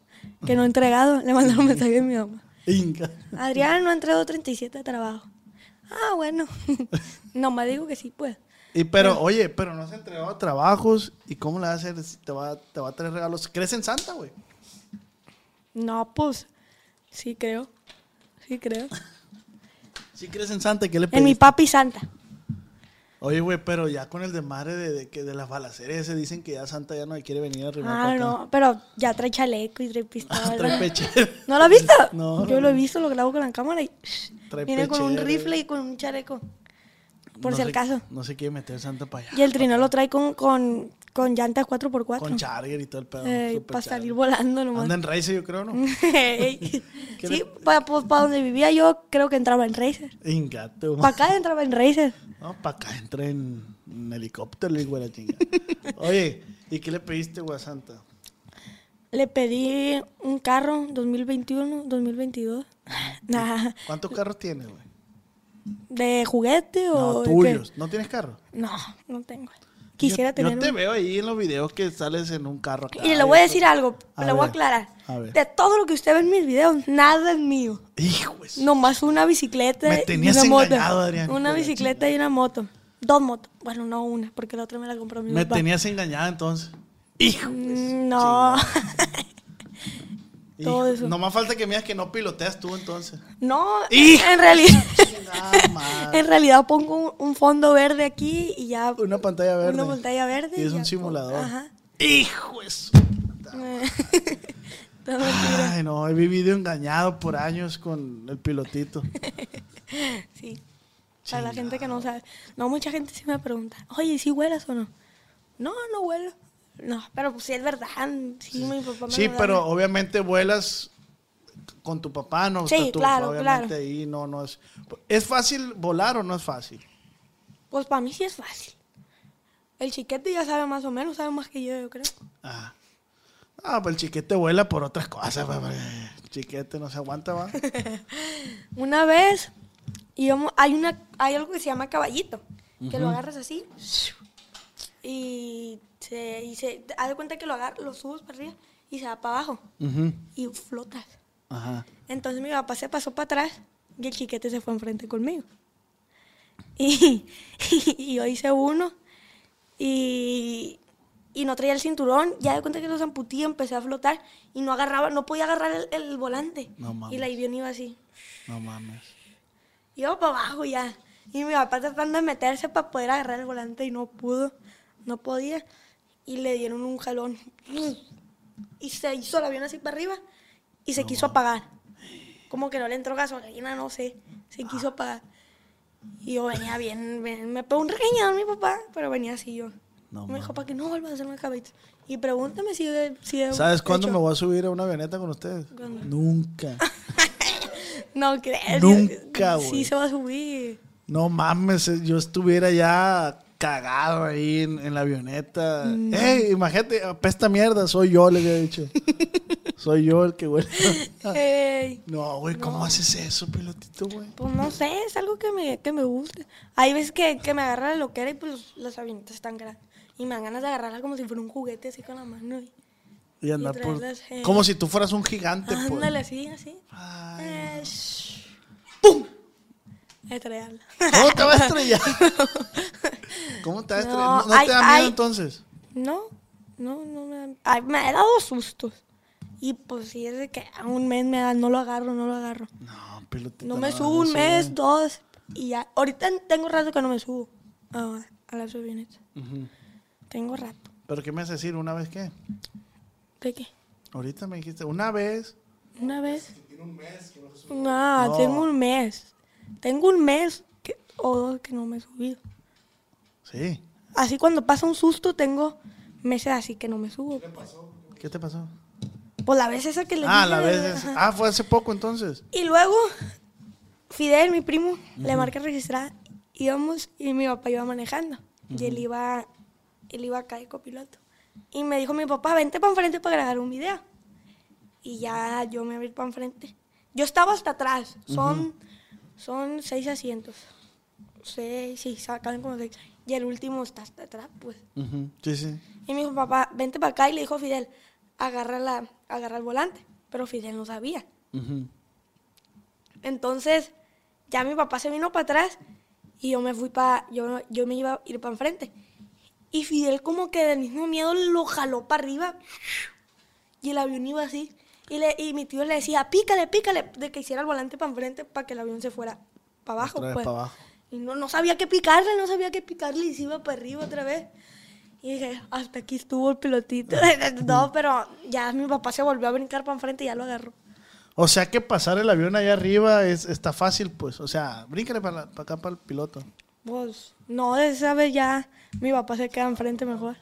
Speaker 5: que no he entregado. Le mandaron un mensaje a mi mamá.
Speaker 4: Inga.
Speaker 5: Adrián no ha entregado 37 trabajos. Ah, bueno. *laughs* Nomás digo que sí, pues.
Speaker 4: Y pero, oye, pero no has entregado trabajos. ¿Y cómo le vas a hacer? si Te va, te va a traer regalos. ¿Crees en Santa, güey?
Speaker 5: No, pues, sí creo. Sí creo.
Speaker 4: ¿Sí crees en Santa? ¿Qué le pediste?
Speaker 5: En mi papi santa.
Speaker 4: Oye, güey, pero ya con el desmadre de, de, que de las balaceras ese dicen que ya Santa ya no le quiere venir a arrimar
Speaker 5: Ah,
Speaker 4: pa' acá.
Speaker 5: no, pero ya trae chaleco y *laughs* trae pistola.
Speaker 4: *laughs* Trae pechera.
Speaker 5: ¿No lo has visto?
Speaker 4: *laughs* No,
Speaker 5: Yo
Speaker 4: no.
Speaker 5: lo he visto, lo grabo con la cámara y
Speaker 4: Trae
Speaker 5: viene con un
Speaker 4: pechera. eh.
Speaker 5: rifle y con un chaleco, por
Speaker 4: No
Speaker 5: si
Speaker 4: se-
Speaker 5: el caso.
Speaker 4: No se quiere meter Santa para allá.
Speaker 5: Y el trino lo trae con, con, con llantas 4x4.
Speaker 4: Con Charger y todo el pedo.
Speaker 5: Eh,
Speaker 4: super
Speaker 5: para
Speaker 4: Charger.
Speaker 5: salir volando Mm. nomás. *laughs*
Speaker 4: Anda en Racer, yo creo, ¿no?
Speaker 5: Ey.
Speaker 4: *laughs* ¿Qué
Speaker 5: sí,
Speaker 4: le-
Speaker 5: para donde vivía yo creo que entraba en Racer.
Speaker 4: Ingato.
Speaker 5: Para acá entraba en Racer.
Speaker 4: No, para acá entra en, en helicóptero y güey, la
Speaker 5: *laughs*
Speaker 4: chinga. Oye, ¿y qué le pediste, güey, a Santa?
Speaker 5: Le pedí un carro 2021, 2022. Nada,
Speaker 4: ¿Cuántos carros tienes, güey?
Speaker 5: de juguete o...
Speaker 4: No,
Speaker 5: de qué?
Speaker 4: tuyos. ¿No tienes carro?
Speaker 5: No, no tengo. Quisiera
Speaker 4: yo,
Speaker 5: tener
Speaker 4: Yo te
Speaker 5: un-
Speaker 4: veo ahí en los videos que sales en un carro acá.
Speaker 5: Y le voy a decir algo,
Speaker 4: A
Speaker 5: le voy a
Speaker 4: ver,
Speaker 5: aclarar.
Speaker 4: a ver.
Speaker 5: De todo lo que usted ve en mis videos, nada es mío.
Speaker 4: Hijo, es-
Speaker 5: Nomás una bicicleta
Speaker 4: Me tenías
Speaker 5: y una moto.
Speaker 4: engañado, Adrián, hijo de
Speaker 5: Una
Speaker 4: la
Speaker 5: bicicleta y una moto. Dos motos. Bueno, no una, porque la otra me la compró mi
Speaker 4: me
Speaker 5: papá.
Speaker 4: tenías engañada entonces. Hijo.
Speaker 5: Mm, No,
Speaker 4: *laughs*
Speaker 5: todo eso.
Speaker 4: No más falta que me digas que no piloteas tú entonces.
Speaker 5: no,
Speaker 4: Hijo.
Speaker 5: en realidad,
Speaker 4: Nada más.
Speaker 5: *laughs* en realidad pongo un, un fondo verde aquí y ya
Speaker 4: Una pantalla verde.
Speaker 5: una pantalla verde.
Speaker 4: Y es
Speaker 5: ya
Speaker 4: un
Speaker 5: po-
Speaker 4: simulador.
Speaker 5: Ajá.
Speaker 4: Hijo, eso.
Speaker 5: *laughs* Todo mentira.
Speaker 4: Ay, no, he vivido engañado por años con el pilotito.
Speaker 5: Sí. Para la gente que no sabe. No, mucha gente sí me pregunta, oye, ¿sí huelas o no? No, no huelo. No, pero pues sí *laughs* es verdad. Sí, mi papá me
Speaker 4: Sí,
Speaker 5: lo da.
Speaker 4: pero obviamente vuelas con tu papá, ¿no?
Speaker 5: Sí,
Speaker 4: Está tu
Speaker 5: claro,
Speaker 4: obviamente
Speaker 5: claro.
Speaker 4: ahí no, no es. ¿Es fácil volar o no es fácil?
Speaker 5: Pues para mí sí es fácil. El chiquete ya sabe más o menos, sabe más que yo, yo creo.
Speaker 4: Ah. Ah, pues el chiquete vuela por otras cosas. va, va. El chiquete no se aguanta, va.
Speaker 5: Una vez íbamos- hay una hay algo que se llama caballito, que lo agarras así y se, y se haz de cuenta que lo agarras, lo subes para arriba y se va para abajo
Speaker 4: Ujú.
Speaker 5: y flotas.
Speaker 4: Ajá.
Speaker 5: Entonces mi papá se pasó para atrás y el chiquete se fue enfrente conmigo. Y, *laughs* y yo hice uno y, y no traía el cinturón. Ya de cuenta que los amputí, empecé a flotar y no agarraba, no podía agarrar el, el volante.
Speaker 4: No mames.
Speaker 5: y la avión iba así.
Speaker 4: No mames.
Speaker 5: Yo para abajo ya. Y mi papá tratando de meterse para poder agarrar el volante y no pudo. No podía. Y le dieron un jalón. Y se hizo el avión así para arriba y se quiso apagar. Como que no le entró gasolina, no sé. Se
Speaker 4: Ah.
Speaker 5: quiso apagar. Y yo venía bien, bien- me pegó un regañón mi papá, pero venía así yo.
Speaker 4: No
Speaker 5: me dijo,
Speaker 4: mames.
Speaker 5: para que no vuelvas a hacerme cabeza. Y pregúntame si... he- si he
Speaker 4: ¿Sabes cuándo
Speaker 5: hecho-
Speaker 4: me voy a subir a una avioneta con ustedes?
Speaker 5: ¿Cuándo?
Speaker 4: Nunca.
Speaker 5: No crees.
Speaker 4: Nunca, güey.
Speaker 5: Sí se va a subir.
Speaker 4: No mames, eh, yo estuviera ya cagado ahí en, en la avioneta. ¡Ey! Imagínate, apesta mierda, soy yo, le había dicho. soy yo el que huele.
Speaker 5: Ey.
Speaker 4: no, güey, ¿cómo haces eso, pilotito, güey?
Speaker 5: Pues no sé, es algo que me, que me gusta. Hay veces que, que me agarra la loquera y pues las avionetas están grandes. Y me dan ganas de agarrarla como si fuera un juguete así con la mano. Y,
Speaker 4: Y andar por.
Speaker 5: traerlas, eh.
Speaker 4: Como si tú fueras un gigante, pues.
Speaker 5: ándale así, así.
Speaker 4: Ay,
Speaker 5: Eh, shh. ¡Pum! Estrellarla. *laughs*
Speaker 4: ¿Cómo te va a estrellar? ¿Cómo te va a
Speaker 5: No,
Speaker 4: estrellar? ¿No, no
Speaker 5: ay,
Speaker 4: te da miedo
Speaker 5: ay.
Speaker 4: entonces?
Speaker 5: No, no, no me da- ay, me ha dado sustos. Y pues sí, es de que a un mes me da, no lo agarro, no lo agarro.
Speaker 4: No, pilotito.
Speaker 5: No me subo un
Speaker 4: sí,
Speaker 5: mes,
Speaker 4: güey.
Speaker 5: dos. Y ya. Ahorita tengo rato que no me subo a, a las avionetas. Tengo rato.
Speaker 4: ¿Pero qué me vas a decir? ¿Una vez qué?
Speaker 5: ¿De qué?
Speaker 4: Ahorita me dijiste, una vez.
Speaker 5: Una vez. Ah,
Speaker 4: No.
Speaker 5: tengo un mes. Tengo un mes que, o dos que no me he subido.
Speaker 4: Sí.
Speaker 5: Así cuando pasa un susto tengo meses así que no me subo.
Speaker 4: ¿Qué te pasó?
Speaker 5: Por la vez esa que le
Speaker 4: Ah,
Speaker 5: dije
Speaker 4: la
Speaker 5: de-
Speaker 4: vez. esa.
Speaker 5: ajá.
Speaker 4: Ah, fue hace poco entonces.
Speaker 5: Y luego Fidel, mi primo, le marca registrada. Íbamos y mi papá iba manejando. Y él iba, él iba acá de copiloto. Y me dijo mi papá, vente para enfrente para grabar un video. Y ya yo me abrí para enfrente. Yo estaba hasta atrás. Son, son seis asientos. Seis, sí, se acaban como seis. Y el último está hasta atrás, pues.
Speaker 4: Sí, sí.
Speaker 5: Y me dijo, papá, vente para acá. Y le dijo a Fidel, agarra, la, agarra el volante. Pero Fidel no sabía. Entonces, ya mi papá se vino para atrás y yo me fui para, yo, yo me iba a ir para enfrente. Y Fidel como que del mismo miedo lo jaló para arriba y el avión iba así. Y, le, y mi tío le decía, pícale, pícale, de que hiciera el volante para enfrente para que el avión se fuera para abajo.
Speaker 4: Otra vez
Speaker 5: pues.
Speaker 4: para abajo.
Speaker 5: Y no, no sabía qué picarle, no sabía qué picarle y se iba para arriba otra vez. Y dije, hasta aquí estuvo el pelotito. *laughs* no, pero ya mi papá se volvió a brincar para enfrente y ya lo agarró.
Speaker 4: O sea que pasar el avión allá arriba es, está fácil, pues. O sea, bríncale para, la- para acá para el piloto.
Speaker 5: Pues, no, esa vez ya mi papá se queda enfrente mejor.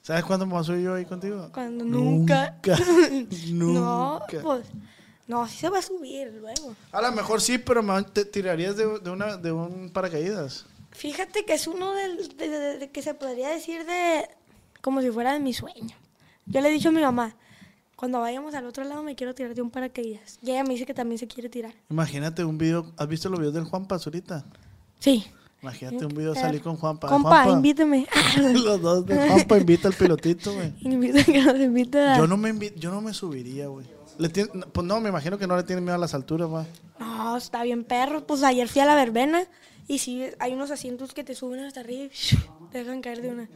Speaker 4: ¿Sabes cuándo me voy a subir yo ahí contigo?
Speaker 5: Cuando nunca. *laughs* no,
Speaker 4: Nunca.
Speaker 5: pues, no, sí se va a subir luego.
Speaker 4: A lo mejor sí, pero me- te tirarías de, de una, de un paracaídas.
Speaker 5: Fíjate que es uno del, de- de- de- que se podría decir de, como si fuera de mi sueño. Yo le he dicho a mi mamá, cuando vayamos al otro lado me quiero tirar de un paracaídas. Y ella me dice que también se quiere tirar.
Speaker 4: Imagínate un video. ¿Has visto los videos del Juan ahorita?
Speaker 5: Sí. Eh,
Speaker 4: Imagínate un video salir con Juanpa.
Speaker 5: Compa,
Speaker 4: Juanpa, *laughs*
Speaker 5: invítame.
Speaker 4: Los dos de
Speaker 5: *laughs*
Speaker 4: Juanpa invita al pilotito, güey.
Speaker 5: Invita que nos invite a...
Speaker 4: Yo no me invi- yo no me subiría, güey. Le tien- no, pues no, me imagino que no le tienen miedo a las alturas, va.
Speaker 5: No, está bien, perro. Pues ayer fui a la verbena y sí, hay unos asientos que te suben hasta arriba y te dejan caer de una.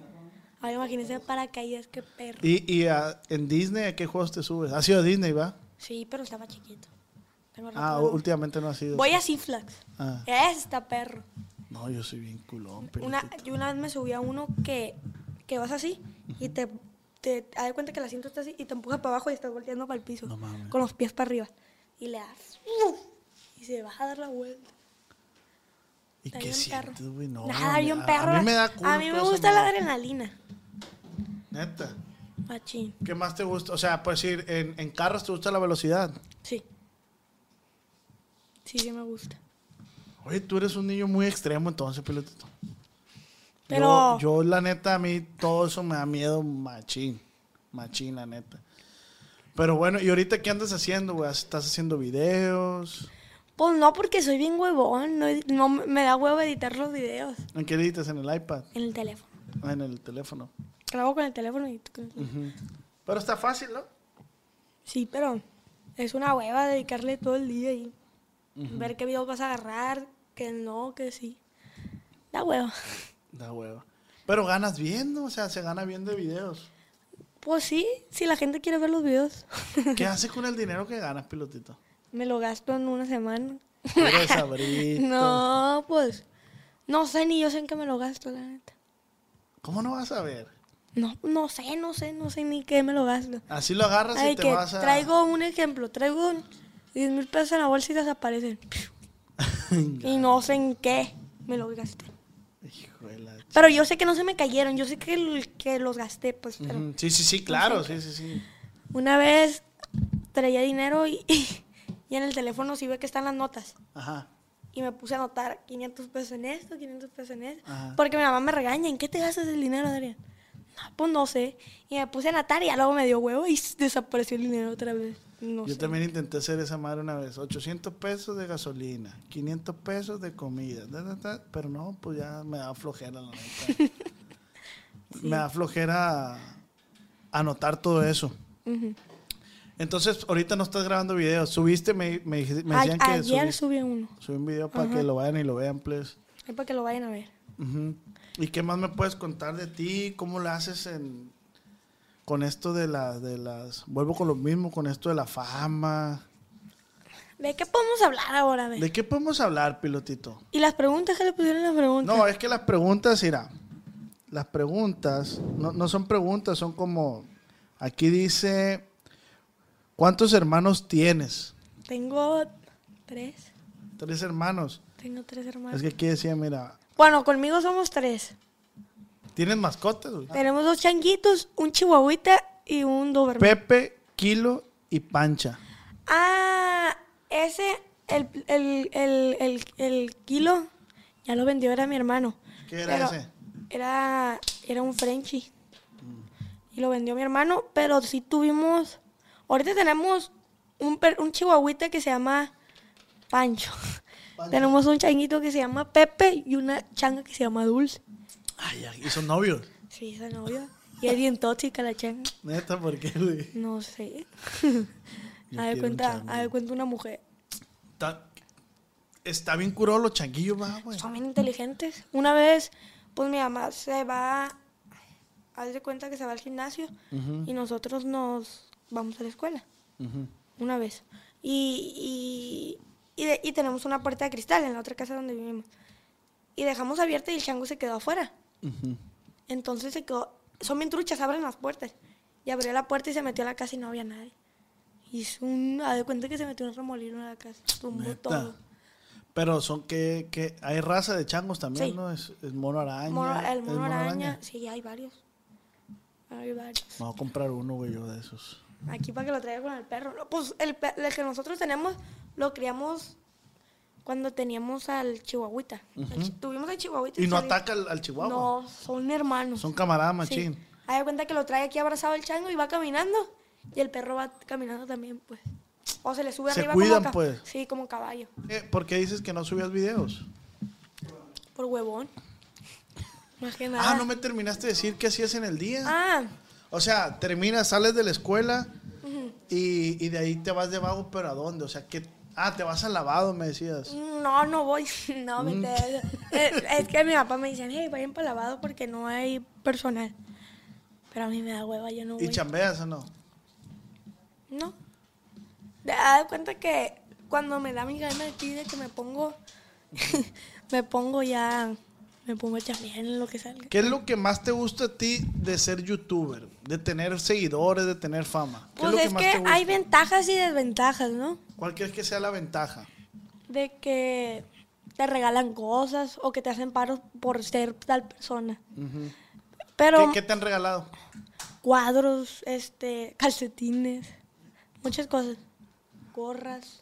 Speaker 5: Ahora imagínese paracaídas, qué perro.
Speaker 4: Y, y ah, en Disney, ¿a qué juegos te subes? ¿Has ido a Disney, va?
Speaker 5: Sí, pero estaba chiquito. Tengo rato
Speaker 4: Ah,
Speaker 5: que no.
Speaker 4: últimamente no has ido.
Speaker 5: Voy a Six Flags.
Speaker 4: Ah.
Speaker 5: Ese está perro.
Speaker 4: No, yo soy bien culón,
Speaker 5: Una,
Speaker 4: pelotito.
Speaker 5: yo una vez me subí a uno que, que vas así y te, te, te das cuenta que el asiento está así y te empuja para abajo y estás volteando para el piso.
Speaker 4: No mames.
Speaker 5: Con los pies para arriba. Y le das. ¡uf! Y se vas a dar la vuelta.
Speaker 4: ¿Y
Speaker 5: Está
Speaker 4: qué
Speaker 5: bien perro.
Speaker 4: sientes, güey? No,
Speaker 5: Nada,
Speaker 4: me-
Speaker 5: bien
Speaker 4: a-
Speaker 5: perro.
Speaker 4: A mí me da culo
Speaker 5: A mí me
Speaker 4: todo esa
Speaker 5: gusta la
Speaker 4: madre.
Speaker 5: adrenalina.
Speaker 4: Neta.
Speaker 5: Machín.
Speaker 4: ¿Qué más te gusta? O sea, por decir, en, en carros te gusta la velocidad.
Speaker 5: Sí. Sí, sí me gusta.
Speaker 4: Oye, tú eres un niño muy extremo entonces, pelotito.
Speaker 5: Pero-
Speaker 4: Yo, yo, la neta, a mí todo eso me da miedo machín. Machín, la neta. Pero bueno, ¿y ahorita qué andas haciendo, güey? ¿Estás haciendo videos?
Speaker 5: Pues no, porque soy bien huevón. No, ed- no me da huevo editar los videos
Speaker 4: ¿En qué editas? ¿En el iPad?
Speaker 5: en el teléfono.
Speaker 4: Ah, En el teléfono.
Speaker 5: Grabo con el teléfono y...
Speaker 4: Pero está fácil, ¿no?
Speaker 5: Sí, pero es una hueva dedicarle todo el día y ver qué videos vas a agarrar, que no, que sí. Da hueva.
Speaker 4: Da hueva. Pero ganas viendo, o sea, se gana bien de videos.
Speaker 5: Pues sí, si la gente quiere ver los videos, *laughs*
Speaker 4: ¿Qué haces con el dinero que ganas, pilotito?
Speaker 5: me lo gasto en una semana. *laughs*
Speaker 4: Puro sabrito.
Speaker 5: No, pues no sé ni yo sé en qué me lo gasto, la neta.
Speaker 4: ¿Cómo no vas a ver?
Speaker 5: No, no sé, no sé, no sé ni qué me lo gasto.
Speaker 4: Así lo agarras
Speaker 5: Ay,
Speaker 4: y te
Speaker 5: que
Speaker 4: vas a...
Speaker 5: traigo un ejemplo, traigo 10 mil pesos en la bolsa
Speaker 4: *laughs*
Speaker 5: y desaparecen. y no sé en qué me lo gasté.
Speaker 4: Hijo de la ch-
Speaker 5: Pero yo sé que no se me cayeron, yo sé que, l- que los gasté, pues. Pero
Speaker 4: Ujú. Sí, sí, sí, claro, sí, sí, sí.
Speaker 5: Una vez traía dinero y, *laughs* y en el teléfono sí ve que están las notas.
Speaker 4: Ajá.
Speaker 5: Y me puse a anotar 500 pesos en esto, 500 pesos en esto.
Speaker 4: Ajá.
Speaker 5: Porque mi mamá me regaña, ¿en qué te gastas el dinero, Adrián? No, pues no sé. Y me puse a anotar y ya luego me dio huevo y *laughs* s- desapareció el dinero otra vez. No
Speaker 4: Yo
Speaker 5: sé.
Speaker 4: también intenté hacer esa madre una vez. 800 pesos de gasolina, 500 pesos de comida. ta, ta, ta, Pero no, pues ya me da flojera,
Speaker 5: *laughs*
Speaker 4: la neta. Me da flojera anotar todo eso. Entonces, ahorita no estás grabando videos. Subiste, me, me, dij- me
Speaker 5: A-
Speaker 4: decían que subí,
Speaker 5: ayer subí uno,
Speaker 4: subí un video para que lo vayan y lo vean, please.
Speaker 5: es para que lo vayan a ver.
Speaker 4: Ujú. ¿Y qué más me puedes contar de ti? ¿Cómo lo haces en, con esto de, la, de las... Vuelvo con lo mismo, con esto de la fama.
Speaker 5: ¿De qué podemos hablar ahora? A ver?
Speaker 4: ¿De qué podemos hablar, pilotito?
Speaker 5: Y las preguntas que le pusieron las preguntas.
Speaker 4: No, eh. es que las preguntas, mira, las preguntas no, no son preguntas, son como... Aquí dice, ¿cuántos hermanos tienes?
Speaker 5: Tengo tres,
Speaker 4: Tres hermanos.
Speaker 5: tengo tres hermanos.
Speaker 4: Es que aquí decía, mira,
Speaker 5: Bueno, conmigo somos tres.
Speaker 4: ¿tienes mascotas? güey?
Speaker 5: Tenemos dos changuitos, un chihuahuita y un doberman.
Speaker 4: Pepe, Kilo y Pancha.
Speaker 5: Ah, ese, el, el, el, el, el kilo, ya lo vendió, era mi hermano.
Speaker 4: ¿Qué era
Speaker 5: Pero
Speaker 4: ese?
Speaker 5: Era, era un Frenchy. Y lo vendió mi hermano, pero sí tuvimos... Ahorita tenemos un, per- un chihuahuita que se llama Pancho. Tenemos un changuito que se llama Pepe y una changa que se llama Dulce.
Speaker 4: Ay, ay, y son novios.
Speaker 5: Sí, esa novia. Y es bien tóxica la changa.
Speaker 4: Neta, ¿por qué, güey?
Speaker 5: No sé. *laughs*
Speaker 4: Yo
Speaker 5: A
Speaker 4: quiero un
Speaker 5: ver, cuenta,
Speaker 4: chango.
Speaker 5: a ver, cuenta una mujer.
Speaker 4: Está, está bien curado los changuillos, va, güey.
Speaker 5: Son bien inteligentes. Una vez, pues mi mamá se va, haz de cuenta que se va al gimnasio y nosotros nos vamos a la escuela. Una vez. Y, y, y, de- y tenemos una puerta de cristal en la otra casa donde vivimos. Y dejamos abierta y el chango se quedó afuera. Entonces se quedó. Son bien truchas, abren las puertas. Y abrió la puerta y se metió a la casa y no había nadie. Hizo un. A de cuenta que se metió un remolino en la casa. Tumbó
Speaker 4: Neta.
Speaker 5: todo.
Speaker 4: Pero son que, que hay raza de changos también,
Speaker 5: Sí.
Speaker 4: ¿no? Es, es mono araña.
Speaker 5: Mono-
Speaker 4: es
Speaker 5: el mono araña. Sí, hay varios. Hay varios.
Speaker 4: Me voy a comprar uno, güey, yo de esos.
Speaker 5: Aquí para que lo traiga con el perro. No, pues el, pe- el que nosotros tenemos lo criamos cuando teníamos al chihuahuita. El chi- tuvimos al chihuahuita.
Speaker 4: Y no
Speaker 5: salió-
Speaker 4: ataca al, al chihuahua.
Speaker 5: No, son hermanos.
Speaker 4: Son camaradas
Speaker 5: Sí.
Speaker 4: machín.
Speaker 5: Hay cuenta que lo trae aquí abrazado el chango y va caminando. Y el perro va caminando también, pues. O se le sube
Speaker 4: Se
Speaker 5: arriba
Speaker 4: cuidan,
Speaker 5: como ca-
Speaker 4: pues.
Speaker 5: Sí, como caballo.
Speaker 4: Eh, ¿Por qué dices que no subías videos?
Speaker 5: Por huevón. Más que nada.
Speaker 4: Ah, no me terminaste de decir qué hacías en el día.
Speaker 5: Ah,
Speaker 4: O sea, terminas, sales de la escuela y, y de ahí te vas de vago, pero ¿a dónde? O sea, que... Ah, te vas al lavado, me decías.
Speaker 5: No, no voy. *laughs* No,
Speaker 4: Mm.
Speaker 5: me es, es que mi papá me dice, hey, vayan para lavado porque no hay personal. Pero a mí me da hueva, yo no
Speaker 4: ¿Y
Speaker 5: voy.
Speaker 4: chambeas o no?
Speaker 5: No. Te das cuenta que cuando me da mi gana de ti, de que me pongo, *laughs* me pongo ya, me pongo a chambear en lo que salga.
Speaker 4: ¿Qué es lo que más te gusta a ti de ser youtuber? De tener seguidores, de tener fama. ¿Qué
Speaker 5: Pues
Speaker 4: lo
Speaker 5: es que, hay ventajas y desventajas, ¿no?
Speaker 4: ¿Cuál crees que sea la ventaja?
Speaker 5: De que te regalan cosas o que te hacen paros por ser tal persona. Pero
Speaker 4: ¿Qué, qué te han regalado?
Speaker 5: cuadros, este, calcetines, muchas cosas. Gorras,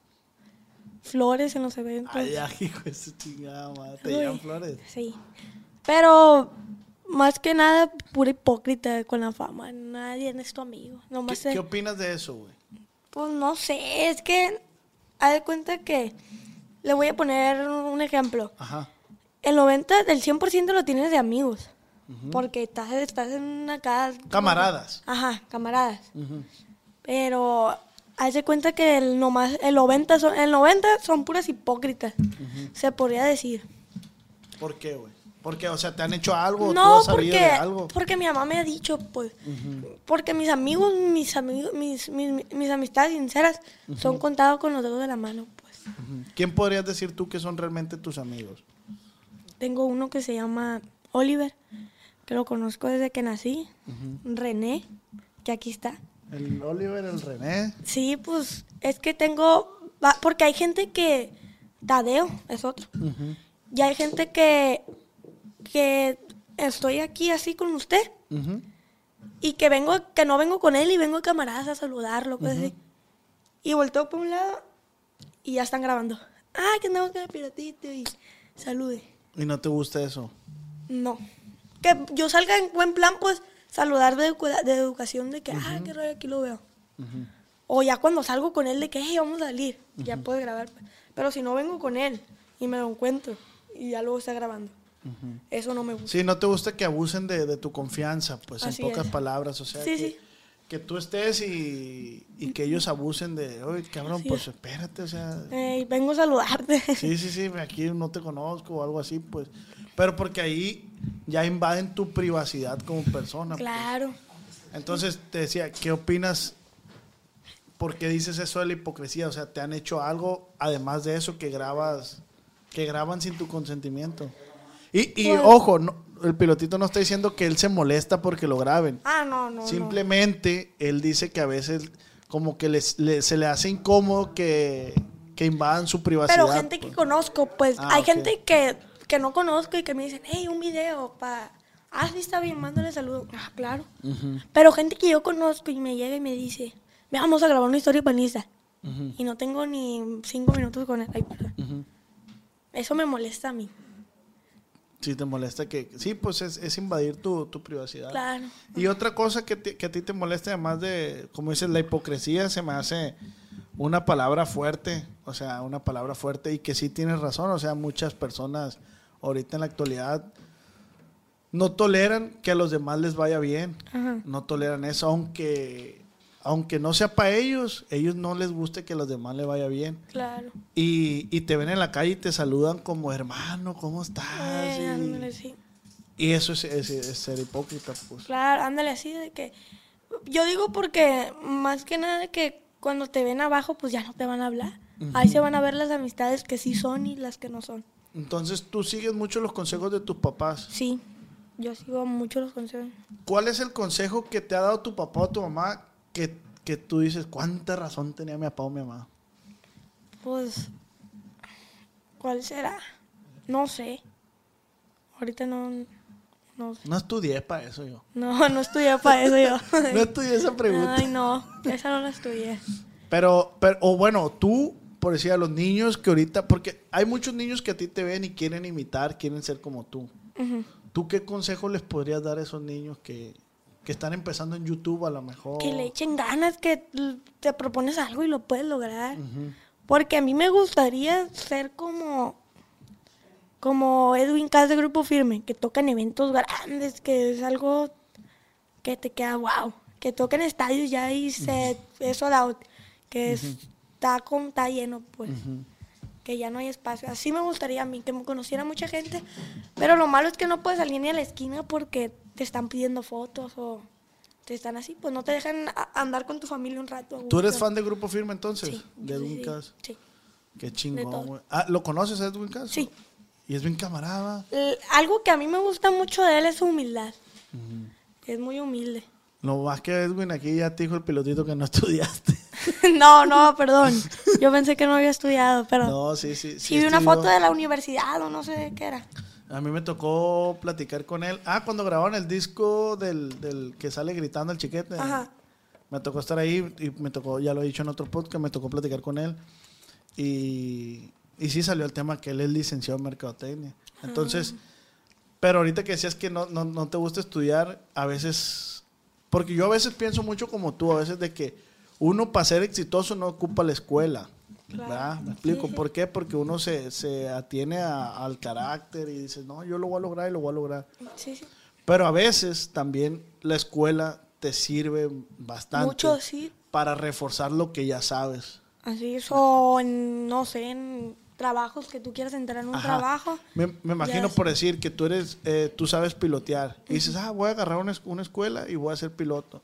Speaker 5: flores en los eventos.
Speaker 4: Ay, ay, hijo de su chingada madre. Ah, Te
Speaker 5: Uy,
Speaker 4: llevan flores.
Speaker 5: Sí. Pero Más que nada, pura hipócrita con la fama. Nadie es tu amigo. Nomás
Speaker 4: ¿Qué,
Speaker 5: se-
Speaker 4: qué opinas de eso, güey?
Speaker 5: Pues no sé, es que. Haz de cuenta que. Le voy a poner un ejemplo.
Speaker 4: Ajá.
Speaker 5: El 90, del 100% lo tienes de amigos. Porque estás, estás en una casa.
Speaker 4: Camaradas.
Speaker 5: Ajá, camaradas. Pero haz de cuenta que el, nomás, el, 90 son, el 90 son puras hipócritas, se podría decir.
Speaker 4: ¿Por qué, güey? Porque, o sea, te han hecho algo, o
Speaker 5: No,
Speaker 4: tú has sabido de
Speaker 5: porque,
Speaker 4: algo.
Speaker 5: porque mi mamá me ha dicho, pues, porque mis amigos, mis amigos, mis, mis, mis amistades sinceras son contados con los dedos de la mano, pues.
Speaker 4: ¿Quién podrías decir tú que son realmente tus amigos?
Speaker 5: Tengo uno que se llama Oliver, que lo conozco desde que nací. René, que aquí está.
Speaker 4: El Oliver, el René.
Speaker 5: Sí, pues es que tengo, va- porque hay gente que, Tadeo es otro, y hay gente que, que estoy aquí así con usted
Speaker 4: Ujú.
Speaker 5: y que vengo, que no vengo con él y vengo de camaradas a saludarlo, cosas así. Y volteo por un lado y ya están grabando. Ah, que andamos con el piratito y salude.
Speaker 4: Y no te gusta eso.
Speaker 5: No. Que yo salga en buen plan, pues saludar de, edu- de educación, de que, ah, qué raro, aquí lo veo. O ya cuando salgo con él, de que, hey, vamos a salir, ya puedes grabar. pues. Pero si no vengo con él y me lo encuentro y ya luego está grabando, eso no me gusta.
Speaker 4: Sí, no te gusta que abusen de, de tu confianza, pues
Speaker 5: Así
Speaker 4: en pocas
Speaker 5: es.
Speaker 4: palabras, o sea,
Speaker 5: Sí,
Speaker 4: que,
Speaker 5: sí.
Speaker 4: que tú estés y, y que ellos abusen de, oye, cabrón,
Speaker 5: Así
Speaker 4: pues
Speaker 5: es.
Speaker 4: espérate, o sea,
Speaker 5: Ey, vengo a saludarte.
Speaker 4: sí, sí, sí, aquí no te conozco o algo así, pues, pero porque ahí ya invaden tu privacidad como persona. pues.
Speaker 5: claro.
Speaker 4: Entonces, te decía, ¿qué opinas? ¿Por qué dices eso de la hipocresía? O sea, ¿te han hecho algo además de eso que grabas, que graban sin tu consentimiento? Y, y
Speaker 5: Pues-
Speaker 4: ojo, no- el pilotito no está diciendo que él se molesta porque lo graben.
Speaker 5: Ah, no, no. no.
Speaker 4: Simplemente él dice que a veces como que les- le- se le hace incómodo que, que invadan su privacidad.
Speaker 5: Pero gente que
Speaker 4: pues.
Speaker 5: conozco, pues
Speaker 4: Ah,
Speaker 5: hay
Speaker 4: ok.
Speaker 5: gente que, que no conozco y que me dicen, hey, un video para... Ah, sí, está bien, mándale saludo. Ah, claro. Pero gente que yo conozco y me llega y me dice, "Ve, vamos a grabar una historia para Insta". Y no tengo ni cinco minutos con él. Ay, perdón. Eso me molesta a mí.
Speaker 4: Sí, te molesta que... Sí, pues es, es invadir tu, tu privacidad.
Speaker 5: Claro.
Speaker 4: Y otra cosa que, te- que a ti te molesta, además de, como dices, la hipocresía, se me hace una palabra fuerte, o sea, una palabra fuerte y que sí tienes razón, o sea, muchas personas ahorita en la actualidad no toleran que a los demás les vaya bien,
Speaker 5: Ajá.
Speaker 4: no toleran eso, aunque, aunque no sea para ellos, ellos no les guste que a los demás les vaya bien.
Speaker 5: Claro.
Speaker 4: Y, y te ven en la calle y te saludan como hermano, ¿cómo estás?
Speaker 5: Eh,
Speaker 4: Y-
Speaker 5: ándale, sí.
Speaker 4: y eso es, es- es ser hipócrita, pues.
Speaker 5: Claro, ándale así de que... Yo digo porque más que nada de que cuando te ven abajo, pues ya no te van a hablar. Ahí se van a ver las amistades que sí son y las que no son.
Speaker 4: Entonces tú sigues mucho los consejos de tus papás.
Speaker 5: Sí, yo sigo mucho los consejos.
Speaker 4: ¿Cuál es el consejo que te ha dado tu papá o tu mamá que, que tú dices, cuánta razón tenía mi papá o mi mamá?
Speaker 5: Pues, ¿cuál será? No sé. Ahorita no, no sé.
Speaker 4: No estudié para eso yo.
Speaker 5: No, *laughs* no estudié para eso yo.
Speaker 4: *laughs* No estudié esa pregunta.
Speaker 5: Ay, no, esa no la estudié.
Speaker 4: Pero, pero, o bueno, tú, por decir a los niños que ahorita, porque hay muchos niños que a ti te ven y quieren imitar, quieren ser como tú. ¿Tú qué consejo les podrías dar a esos niños que, que están empezando en YouTube a lo mejor?
Speaker 5: Que le echen ganas, que l- te propones algo y lo puedes lograr. Porque a mí me gustaría ser como, como Edwin Cass de Grupo Firme, que tocan eventos grandes, que es algo que te queda wow. Que tocan estadios ya y se, eso da, que es- está, con, está lleno, pues. Que ya no hay espacio. Así me gustaría a mí, que me conociera mucha gente. Pero lo malo es que no puedes salir ni a la esquina porque te están pidiendo fotos o te están así, pues no te dejan a- andar con tu familia un rato. a
Speaker 4: ¿Tú eres
Speaker 5: gusto.
Speaker 4: fan de Grupo Firme entonces?
Speaker 5: Sí,
Speaker 4: de
Speaker 5: yo
Speaker 4: Edwin
Speaker 5: sí,
Speaker 4: Cass.
Speaker 5: Sí.
Speaker 4: Qué
Speaker 5: De todo.
Speaker 4: chingón, güey. Ah, ¿Lo conoces a Edwin Cass?
Speaker 5: Sí.
Speaker 4: Y es bien camarada.
Speaker 5: L- algo que a mí me gusta mucho de él es su humildad. Es muy humilde. *laughs*
Speaker 4: Lo más que Edwin aquí ya te dijo el pilotito que no *laughs* estudiaste.
Speaker 5: no, no, perdón. Yo pensé que no había estudiado, pero
Speaker 4: No, sí, sí.
Speaker 5: sí vi una
Speaker 4: estudió.
Speaker 5: foto de la universidad o no sé qué era.
Speaker 4: A mí me tocó platicar con él. Ah, cuando grabaron el disco del, del que sale gritando el chiquete.
Speaker 5: Ajá.
Speaker 4: Me tocó estar ahí y me tocó, ya lo he dicho en otro podcast, me tocó platicar con él. Y, y sí salió el tema que él es licenciado en mercadotecnia. Entonces, Pero ahorita que decías que no, no, no te gusta estudiar, a veces, porque yo a veces pienso mucho como tú, a veces de que uno para ser exitoso no ocupa la escuela. ¿verdad? Me explico, ¿por qué? Porque uno se, se atiene a- al carácter y dice, no, yo lo voy a lograr y lo voy a lograr.
Speaker 5: Sí, sí.
Speaker 4: Pero a veces también la escuela te sirve bastante
Speaker 5: Mucho, sí.
Speaker 4: para reforzar lo que ya sabes.
Speaker 5: Así es. O en, no sé, en trabajos que tú quieras entrar en un
Speaker 4: Ajá.
Speaker 5: trabajo.
Speaker 4: Me, me imagino
Speaker 5: Ya
Speaker 4: por decir que tú eres, eh, tú sabes pilotear. Y dices, ah, voy a agarrar una, es- una escuela y voy a ser piloto.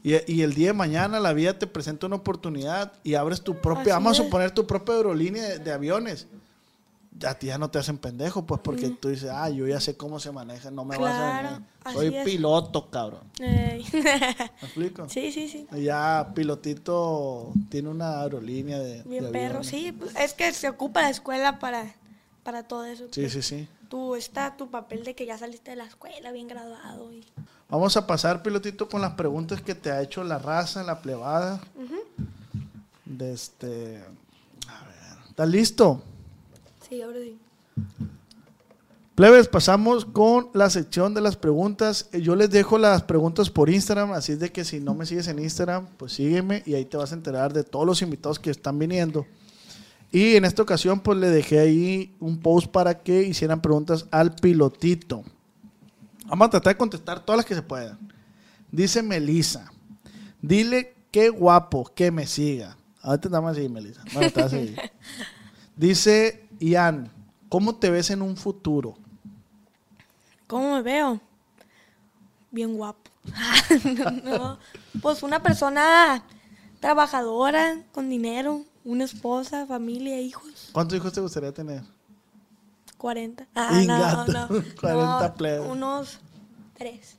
Speaker 4: Y, y el día de mañana la vida te presenta una oportunidad y abres tu propia,
Speaker 5: Así
Speaker 4: vamos a
Speaker 5: es.
Speaker 4: suponer tu propia aerolínea de, de aviones. A ti ya no te hacen pendejo, pues porque tú dices, ah, yo ya sé cómo se maneja, no me
Speaker 5: Claro,
Speaker 4: vas a... Soy
Speaker 5: así es.
Speaker 4: piloto, cabrón.
Speaker 5: *laughs* Ey.
Speaker 4: ¿Me explico?
Speaker 5: Eh, sí, sí, sí.
Speaker 4: Ya pilotito tiene una aerolínea de...
Speaker 5: Bien
Speaker 4: de
Speaker 5: perro.
Speaker 4: aviones.
Speaker 5: Sí, pues, es que se ocupa la escuela para, para todo eso.
Speaker 4: Sí,
Speaker 5: pues.
Speaker 4: sí, sí.
Speaker 5: Tú está tu papel de que ya saliste de la escuela bien graduado y
Speaker 4: Vamos a pasar, pilotito, con las preguntas que te ha hecho la raza, la plebada. De este. A ver. ¿Estás listo?
Speaker 5: sí, ahora sí.
Speaker 4: Plebes, pasamos con la sección de las preguntas. Eh, Yo les dejo las preguntas por Instagram, así es de que si no me sigues en Instagram, pues sígueme y ahí te vas a enterar de todos los invitados que están viniendo. Y en esta ocasión, pues le dejé ahí un post para que hicieran preguntas al pilotito. Vamos a tratar de contestar todas las que se puedan. Dice Melissa, dile qué guapo que me siga. Ahorita nada más seguir, Melissa. Bueno, te vas a seguir. Dice Ian, ¿cómo te ves en un futuro?
Speaker 5: ¿Cómo me veo? Bien guapo. *laughs* No, pues una persona trabajadora, con dinero, una esposa, familia, hijos, Ah,
Speaker 4: ¿Cuántos hijos te gustaría tener?
Speaker 5: 40.
Speaker 4: Ingato, *laughs* 40 plebe.
Speaker 5: Unos tres.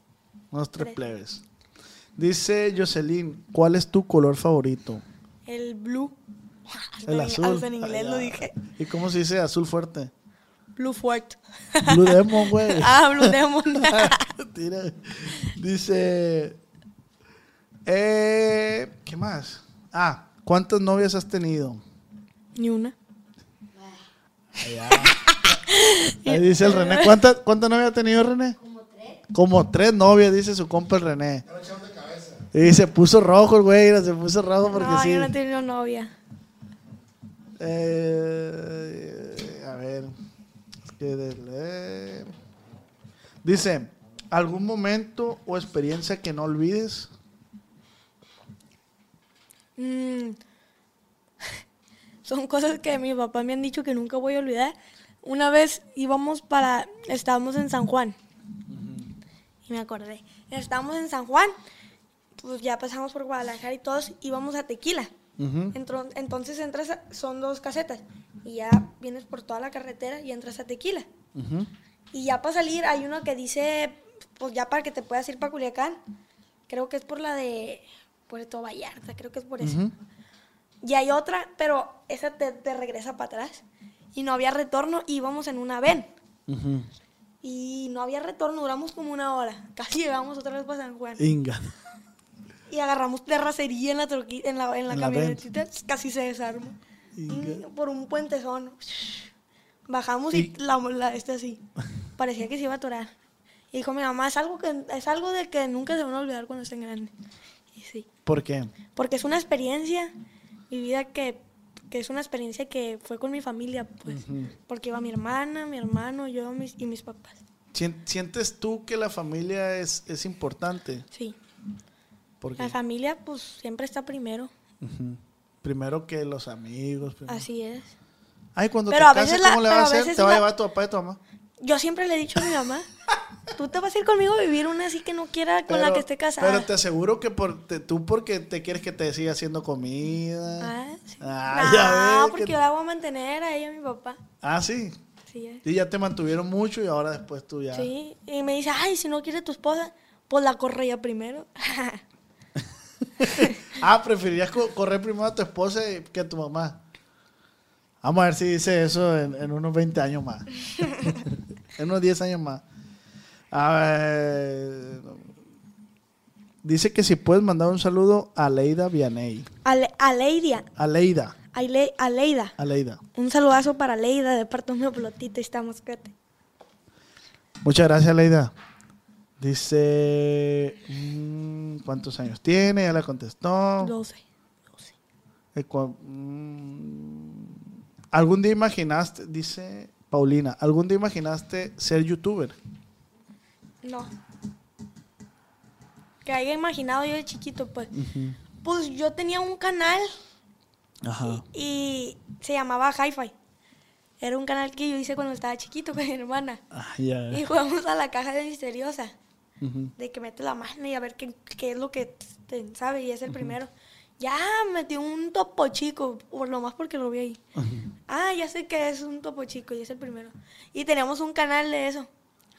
Speaker 4: Unos tres
Speaker 5: Tres.
Speaker 4: plebes. Dice Jocelyn, ¿cuál es tu color favorito?
Speaker 5: El blue. Hasta
Speaker 4: El
Speaker 5: en-
Speaker 4: azul.
Speaker 5: hasta en inglés
Speaker 4: Ah,
Speaker 5: lo
Speaker 4: ya.
Speaker 5: dije.
Speaker 4: ¿Y cómo se dice azul
Speaker 5: *laughs*
Speaker 4: fuerte?
Speaker 5: Blue Fort.
Speaker 4: Blue Demon, güey.
Speaker 5: *laughs* ah, Blue
Speaker 4: *laughs*
Speaker 5: Demon.
Speaker 4: Tira. Dice. eh, ¿Qué más? Ah, ¿cuántas novias has tenido?
Speaker 5: Ni una.
Speaker 4: Ahí dice el René. ¿Cuántas cuántas novias ha tenido René? Como tres. Como tres novias, dice su compa el René. Y se puso rojo el güey, mira, se puso rojo porque
Speaker 5: no,
Speaker 4: sí.
Speaker 5: yo no he tenido novia.
Speaker 4: Eh, a ver. Es que de leer. Dice, ¿algún momento o experiencia que no olvides?
Speaker 5: Mm, *laughs* Son cosas que mi papá me han dicho que nunca voy a olvidar. Una vez íbamos para, estábamos en San Juan. Y me acordé. Estábamos en San Juan, pues ya pasamos por Guadalajara y todos íbamos a Tequila. Entro- entonces entras, a- son dos casetas. Y ya vienes por toda la carretera y entras a Tequila. Y ya para salir hay uno que dice, pues ya para que te puedas ir para Culiacán. Creo que es por la de Puerto Vallarta, creo que es por eso. Y hay otra, pero esa te, te regresa para atrás. Y no había retorno, íbamos en una ven. Y no había retorno, duramos como una hora. *laughs* Casi llegamos otra vez para San Juan.
Speaker 4: Inga.
Speaker 5: Y agarramos terracería en la, troqui- en la, en la
Speaker 4: En la
Speaker 5: camionetita. pues, Casi se desarma.
Speaker 4: Inga.
Speaker 5: Mm, Por un puentezón. Bajamos y,
Speaker 4: Y-
Speaker 5: la, la- este así. Parecía que se iba a atorar. Y dijo mi mamá, es algo, que, es algo de que nunca se van a olvidar cuando estén grandes. Y sí.
Speaker 4: ¿Por qué?
Speaker 5: Porque es una experiencia vivida que, que es una experiencia que fue con mi familia, pues. Porque iba mi hermana, mi hermano, yo mis- y mis papás.
Speaker 4: Sien- ¿Sientes tú que la familia es, es importante?
Speaker 5: Sí.
Speaker 4: Porque
Speaker 5: La familia, pues, siempre está primero.
Speaker 4: primero que los amigos. primero-
Speaker 5: Así es.
Speaker 4: Ay, cuando
Speaker 5: Pero
Speaker 4: te
Speaker 5: a
Speaker 4: cases,
Speaker 5: veces la-
Speaker 4: ¿cómo le vas
Speaker 5: pero
Speaker 4: a
Speaker 5: a
Speaker 4: hacer?
Speaker 5: veces
Speaker 4: ¿Te va a
Speaker 5: la-
Speaker 4: llevar tu papá y tu mamá?
Speaker 5: Yo siempre le he dicho a mi mamá, tú te vas a ir conmigo a vivir una así que no quiera con la
Speaker 4: Pero-
Speaker 5: que esté casada.
Speaker 4: Pero te aseguro que por, te- tú porque te quieres que te siga haciendo comida.
Speaker 5: Ah, sí.
Speaker 4: Ah,
Speaker 5: No,
Speaker 4: ya ves que-
Speaker 5: porque yo la voy a mantener a ella y a mi papá.
Speaker 4: Ah, sí.
Speaker 5: Así es.
Speaker 4: Y ya te mantuvieron mucho y ahora después tú ya.
Speaker 5: Sí, y me dice, ay, si no quiere tu esposa, pues la corre ella primero. *laughs*
Speaker 4: Ah, preferirías co- correr primero a tu esposa y- que a tu mamá. Vamos a ver si dice eso en, en unos 20 años más. en unos 10 años más. A ver. Dice que si puedes mandar un saludo a Leida Vianey.
Speaker 5: Ale- Aleidia,
Speaker 4: A Leida.
Speaker 5: Ale- Aleida.
Speaker 4: A Leida.
Speaker 5: Un saludazo para Leida de parte de un plotito y está mosquete.
Speaker 4: Muchas gracias, Leida. Dice, mm, ¿cuántos años tiene? Ya la contestó.
Speaker 5: 12. 12.
Speaker 4: Eh, cua- mm, ¿Algún día imaginaste, dice Paulina, ¿algún día imaginaste ser youtuber?
Speaker 5: No. Que haya imaginado yo de chiquito, pues. Pues yo tenía un canal
Speaker 4: Ajá.
Speaker 5: y se llamaba Hi-Fi. Era un canal que yo hice cuando estaba chiquito con mi hermana.
Speaker 4: Ah, ya.
Speaker 5: Y jugamos a la caja de misteriosa.
Speaker 4: Ujú.
Speaker 5: De que mete la mano y a ver qué, qué es lo que te sabe. Y es el primero. Ya, metí un topo chico. Por lo más porque lo vi ahí. Ah, ya sé que es un topo chico y es el primero. Y teníamos un canal de eso.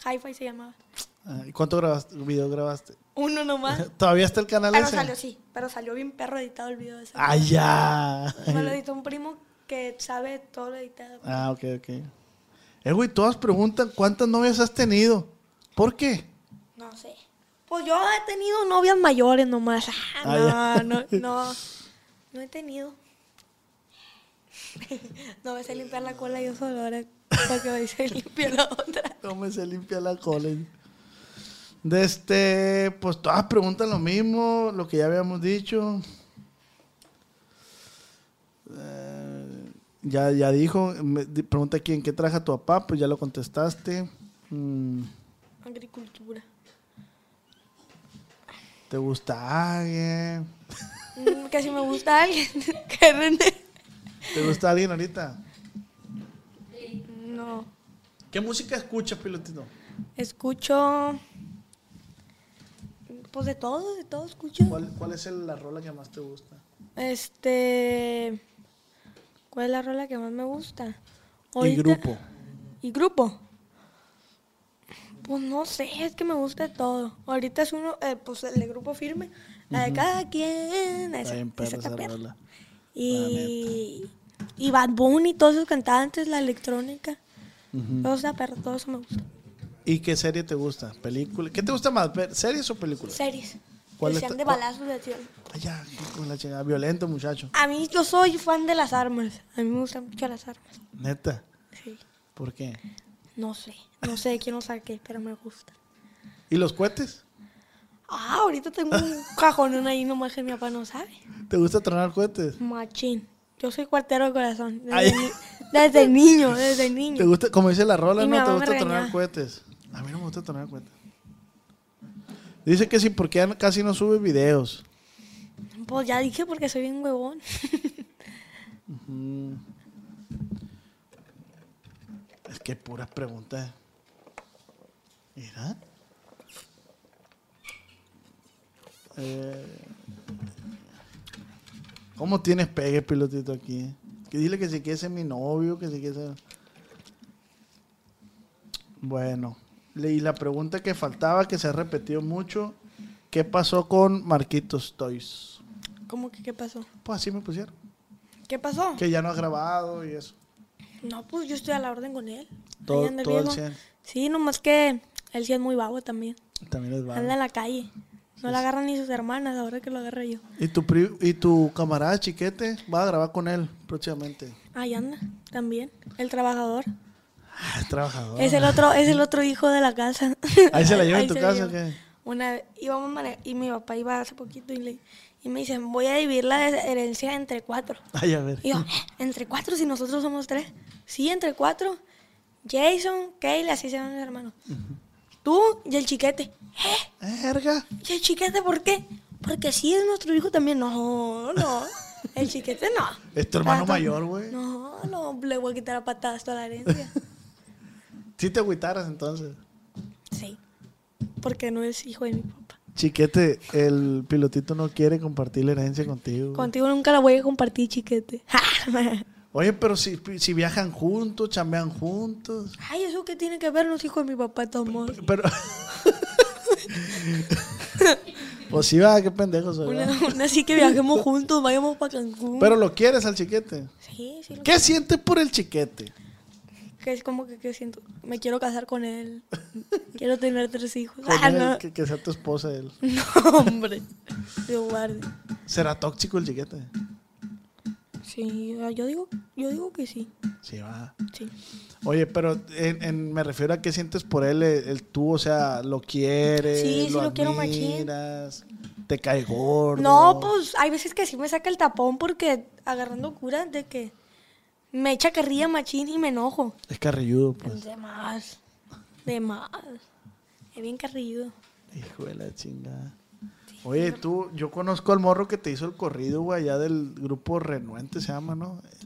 Speaker 5: Hi-Fi se llamaba.
Speaker 4: Ah, ¿y ¿Cuánto grabaste, video grabaste?
Speaker 5: Uno nomás.
Speaker 4: *laughs* ¿Todavía está el canal
Speaker 5: Pero
Speaker 4: ese?
Speaker 5: Ah. salió, sí, pero salió bien perro editado el video de ese.
Speaker 4: Ah, ya.
Speaker 5: Me lo editó un primo que sabe todo lo editado.
Speaker 4: *laughs* Ah, ok, ok. Eh, güey, todas preguntan cuántas novias has tenido. ¿Por qué?
Speaker 5: No sé. Pues yo he tenido novias mayores nomás. Ah,
Speaker 4: Ah,
Speaker 5: no, *laughs*
Speaker 4: ya.
Speaker 5: no, no. No he tenido. *laughs* No me sé limpiar la cola yo solo ahora porque me dice limpiar la otra.
Speaker 4: ¿Cómo se limpia la cola? De este, pues todas preguntan lo mismo, lo que ya habíamos dicho. Eh, ya, ya dijo, me- di- pregunta aquí en qué trabaja tu papá, pues ya lo contestaste. Mm,
Speaker 5: Agricultura.
Speaker 4: ¿Te gusta alguien?
Speaker 5: Mm, Que si me gusta alguien, *laughs* que René.
Speaker 4: ¿Te gusta alguien ahorita?
Speaker 5: No.
Speaker 4: ¿Qué música escuchas, pilotito?
Speaker 5: Escucho. Pues de todo, de todo escucho.
Speaker 4: ¿Cuál, cuál es el- la rola que más te gusta?
Speaker 5: Este. ¿Cuál es la rola que más me gusta?
Speaker 4: El
Speaker 5: Ahorita- ¿Y grupo? Pues no sé, es que me gusta todo. Ahorita es uno, eh, pues el de grupo firme. La de cada quien. Esa,
Speaker 4: Está bien, perra
Speaker 5: esa está
Speaker 4: esa
Speaker 5: perra.
Speaker 4: rola.
Speaker 5: Y. Y Bad Bunny, todos esos cantantes, la electrónica. Todo está perra, todo eso me gusta.
Speaker 4: ¿Y qué serie te gusta? ¿Película? ¿Qué te gusta más? ver- ¿Series o películas?
Speaker 5: Series.
Speaker 4: ¿Cuál
Speaker 5: Que
Speaker 4: está-
Speaker 5: sean de
Speaker 4: cuál-
Speaker 5: balazos de acción.
Speaker 4: Ay, ya, hijo de la chingada. Violento, muchacho.
Speaker 5: A mí, yo soy fan de las armas. A mí me gustan mucho las armas.
Speaker 4: Neta.
Speaker 5: Sí.
Speaker 4: ¿Por qué?
Speaker 5: No sé, no sé de quién lo saqué, pero me gusta.
Speaker 4: ¿Y los cohetes?
Speaker 5: Ah, ahorita tengo
Speaker 4: *laughs*
Speaker 5: un cajonón ahí nomás que mi papá no sabe.
Speaker 4: ¿Te gusta tronar cohetes?
Speaker 5: Machín. Yo soy cuartero de corazón. Desde,
Speaker 4: Ay.
Speaker 5: ni-
Speaker 4: *laughs*
Speaker 5: desde niño, desde
Speaker 4: ¿Te
Speaker 5: niño.
Speaker 4: gusta, como dice la rola,
Speaker 5: Y mi
Speaker 4: no? ¿Te
Speaker 5: mamá me
Speaker 4: gusta tronar
Speaker 5: regañaba.
Speaker 4: cohetes? A mí no me gusta tronar cohetes. Dice que sí, porque ya casi no sube videos.
Speaker 5: Pues ya dije porque soy bien huevón. *laughs*
Speaker 4: Es que puras preguntas. Mira. Eh, ¿Cómo tienes pegue, pilotito, aquí? Que dile que si quiere ser mi novio, que si quiere ser... Bueno, le- y la pregunta que faltaba, que se ha repetido mucho, ¿qué pasó con Marquitos Toys?
Speaker 5: ¿Cómo que qué pasó?
Speaker 4: Pues así me pusieron,
Speaker 5: ¿Qué pasó?
Speaker 4: que ya no ha grabado y eso.
Speaker 5: No, pues yo estoy a la orden con él.
Speaker 4: Todo-
Speaker 5: Ahí anda
Speaker 4: todo el
Speaker 5: viejo.
Speaker 4: cien.
Speaker 5: Sí, nomás que él sí es muy vago también.
Speaker 4: También es
Speaker 5: Anda
Speaker 4: válido.
Speaker 5: en la calle. No la agarran ni sus hermanas ahora que lo agarré yo.
Speaker 4: ¿Y tu, pri- ¿Y tu camarada chiquete va a grabar con él próximamente?
Speaker 5: Ahí anda, también. El trabajador.
Speaker 4: Ah, es trabajador.
Speaker 5: Es el otro, es el otro hijo de la casa.
Speaker 4: *laughs* Ahí se la lleva en tu
Speaker 5: se
Speaker 4: casa,
Speaker 5: lleva.
Speaker 4: ¿o qué?
Speaker 5: Una vez íbamos mane- y mi papá iba hace poquito y, le, y me dicen, voy a dividir la herencia entre cuatro.
Speaker 4: Ay, a ver.
Speaker 5: Y yo, "¿Eh? ¿entre cuatro si nosotros somos tres? Sí, entre cuatro. Jason, Kayla, así se llaman mis hermanos. Tú y el chiquete. ¿Eh?
Speaker 4: Verga.
Speaker 5: ¿Y el chiquete por qué? Porque sí es nuestro hijo también. No, no. El chiquete no.
Speaker 4: *laughs* Es tu hermano
Speaker 5: Tanto-
Speaker 4: mayor, güey.
Speaker 5: No, no, le voy a quitar a patadas toda la herencia.
Speaker 4: Si te agüitaras entonces.
Speaker 5: Sí. Porque no es hijo de mi papá.
Speaker 4: Chiquete, el pilotito no quiere compartir la herencia contigo. güey.
Speaker 5: Contigo nunca la voy a compartir, chiquete. *laughs*
Speaker 4: Oye, pero si, si viajan juntos, chambean juntos.
Speaker 5: Ay, ¿eso qué tiene que ver los hijos de mi papá, Tomás? *laughs*
Speaker 4: Pero. pues sí, va, qué pendejo soy.
Speaker 5: Una,
Speaker 4: va.
Speaker 5: una así que viajemos juntos, vayamos para Cancún.
Speaker 4: Pero lo quieres al chiquete.
Speaker 5: Sí, sí. lo-
Speaker 4: ¿Qué sientes por el chiquete?
Speaker 5: Que es como que, que siento, me quiero casar con él. Quiero tener tres hijos.
Speaker 4: Con
Speaker 5: Ah,
Speaker 4: él,
Speaker 5: no.
Speaker 4: que, que sea tu esposa él.
Speaker 5: *laughs* No, hombre. Dios guarde.
Speaker 4: ¿Será tóxico el chiquete?
Speaker 5: Sí, ah, yo digo, yo digo que sí.
Speaker 4: Sí, va.
Speaker 5: Sí.
Speaker 4: Oye, pero en- en- me refiero a qué sientes por él, el, el tú, o sea, lo quieres,
Speaker 5: Sí, sí
Speaker 4: lo,
Speaker 5: lo quiero machín.
Speaker 4: admiras, te cae gordo.
Speaker 5: No, pues hay veces que sí me saca el tapón porque agarrando cura de que me echa carrilla machín y me enojo.
Speaker 4: Es carrilludo, pues.
Speaker 5: De más. De más. Es bien carrilludo.
Speaker 4: Hijo de la chingada. Oye, tú, yo conozco al morro que te hizo el corrido, güey, allá del grupo Renuente se llama, ¿no? Eh,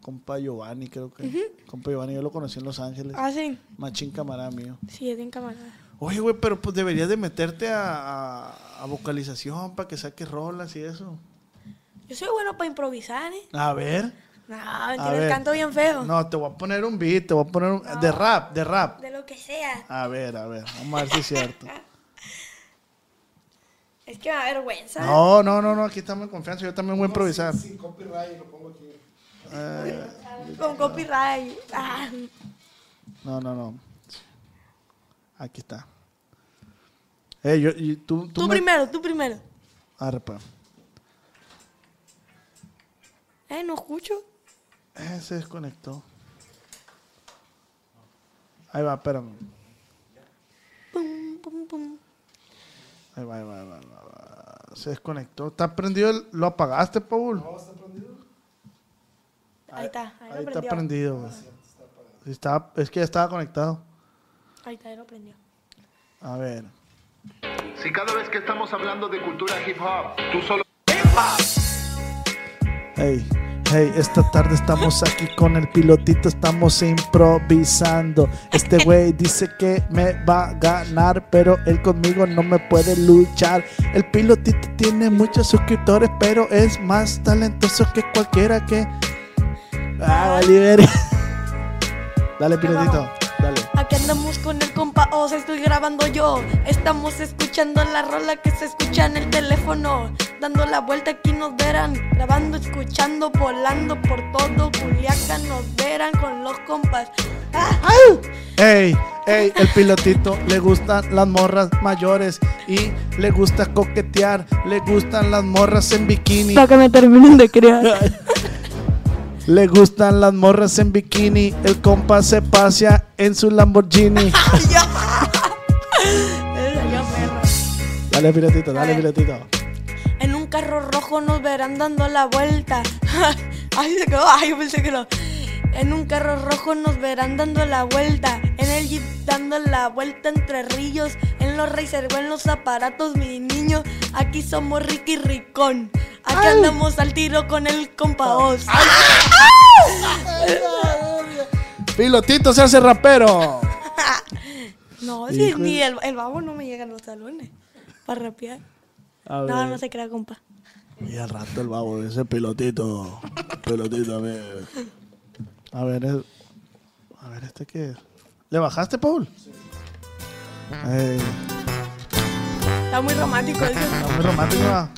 Speaker 4: Compa Giovanni, creo que. Compa Giovanni, yo lo conocí en Los Ángeles.
Speaker 5: Ah, sí.
Speaker 4: Machín camarada mío.
Speaker 5: Sí, es bien camarada.
Speaker 4: Oye, güey, pero pues deberías de meterte a, a- a vocalización para que saques rolas y eso.
Speaker 5: Yo soy bueno para improvisar, ¿eh?
Speaker 4: A ver.
Speaker 5: No,
Speaker 4: A
Speaker 5: mentira,
Speaker 4: ver.
Speaker 5: el canto bien feo. Ah.
Speaker 4: No, te voy a poner un beat, te voy a poner un... De rap, de rap.
Speaker 5: De lo que sea.
Speaker 4: A ver, a ver, vamos a ver si es
Speaker 5: *laughs*
Speaker 4: cierto.
Speaker 5: Es que me da vergüenza.
Speaker 4: No, no, no, no, aquí estamos en confianza, yo también voy a improvisar.
Speaker 5: Con copyright. Ah,
Speaker 4: No, no, no. Aquí está. Eh, yo, y tú, tú
Speaker 5: tú
Speaker 4: me- Ah,
Speaker 5: primero, tú primero.
Speaker 4: Arpa.
Speaker 5: Eh, no escucho.
Speaker 4: Eh, se desconectó. Ahí va, espérame.
Speaker 5: Pum, pum, pum.
Speaker 4: Ahí va, ahí va, ahí va, ahí va. Se desconectó. ¿Está prendido? el- ¿Lo apagaste, Paul?
Speaker 5: Ahí está, ahí,
Speaker 4: Ahí
Speaker 5: lo
Speaker 4: está
Speaker 5: prendió.
Speaker 4: prendido, güey. Sí, estaba- es que ya estaba conectado.
Speaker 5: Ahí está, ahí lo prendió.
Speaker 4: A ver.
Speaker 6: Si cada vez que estamos hablando de cultura hip hop, tú solo...
Speaker 4: Hey, hey, esta tarde estamos aquí con el pilotito, estamos improvisando. Este güey dice que me va a ganar, pero él conmigo no me puede luchar. El pilotito tiene muchos suscriptores, pero es más talentoso que cualquiera que. Ah, Oliver. *laughs* Dale, pilotito, dale.
Speaker 5: Aquí andamos con el compa os estoy grabando yo. Estamos escuchando la rola que se escucha en el teléfono. Dando la vuelta aquí nos verán. Grabando, escuchando, volando por todo. Culiaca nos verán con los compas. *laughs* Ah,
Speaker 4: Ey, ey, el pilotito le gustan las morras mayores y le gusta coquetear, le gustan las morras en bikini.
Speaker 5: que me terminen de crear.
Speaker 4: *laughs* Le gustan las morras en bikini, el compa se pasea en su
Speaker 5: *laughs*
Speaker 4: Lamborghini. Dale, pilotito, dale,
Speaker 5: A ver.
Speaker 4: pilotito.
Speaker 5: En un carro rojo nos verán dando la vuelta. *laughs* Ay, se quedó. Ay, yo pensé que no. En un carro rojo nos verán dando la vuelta. En el jeep dando la vuelta entre ríos. En los racer o en los aparatos, mi niño. Aquí somos Ricky Ricón. Aquí andamos al tiro con el compa Oz.
Speaker 4: Pilotito se hace rapero.
Speaker 5: No, si
Speaker 4: Hijo
Speaker 5: ni
Speaker 4: de-
Speaker 5: el, el babo no me llega a los talones. Para rapear.
Speaker 4: A
Speaker 5: No,
Speaker 4: ver.
Speaker 5: no se crea, compa.
Speaker 4: Y al rato el babo dice pilotito. Pilotito, a ver. A ver, el- a ver, ¿este qué es? ¿Le bajaste, Paul? Ey,
Speaker 5: Está muy romántico eso.
Speaker 4: está muy romántico. ¿verdad?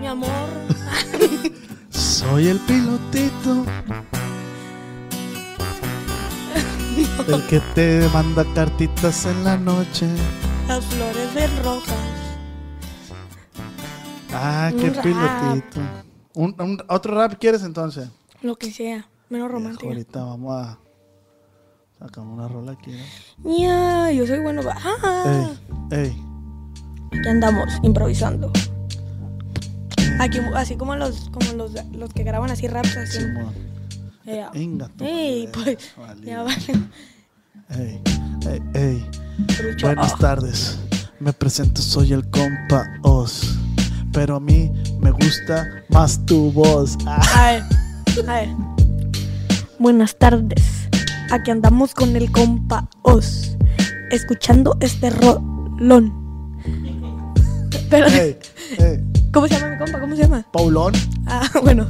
Speaker 5: Mi amor. *laughs*
Speaker 4: Soy el
Speaker 5: *laughs*
Speaker 4: pilotito. El que te manda cartitas en la noche.
Speaker 5: Las flores de rojas.
Speaker 4: Ah, qué
Speaker 5: Un rap.
Speaker 4: pilotito. Un- un- ¿Otro rap quieres entonces?
Speaker 5: Lo que sea,
Speaker 4: Viejo,
Speaker 5: menos romántico.
Speaker 4: ahorita vamos a. Sacamos una rola aquí, ¿no?
Speaker 5: Ya, yo soy bueno. pa- Ah,
Speaker 4: Ey, ey.
Speaker 5: Aquí andamos, improvisando. Aquí, así como los, como los, los que graban así raps así.
Speaker 4: Simón.
Speaker 5: Ya.
Speaker 4: Venga, tú.
Speaker 5: Ey, pues.
Speaker 4: Vale.
Speaker 5: Ya vale.
Speaker 4: Ey, ey, ey.
Speaker 5: Trucho.
Speaker 4: Buenas
Speaker 5: Ah,
Speaker 4: tardes, me presento, soy el compa Oz. Pero a mí me gusta más tu voz.
Speaker 5: *laughs*
Speaker 4: Ah.
Speaker 5: A ver, a ver. Buenas tardes. Aquí andamos con el compa Oz. Escuchando este rolón. *laughs* Pero,
Speaker 4: Ey, ey.
Speaker 5: ¿cómo se llama mi compa? ¿Cómo se llama?
Speaker 4: Paulón,
Speaker 5: Ah, bueno.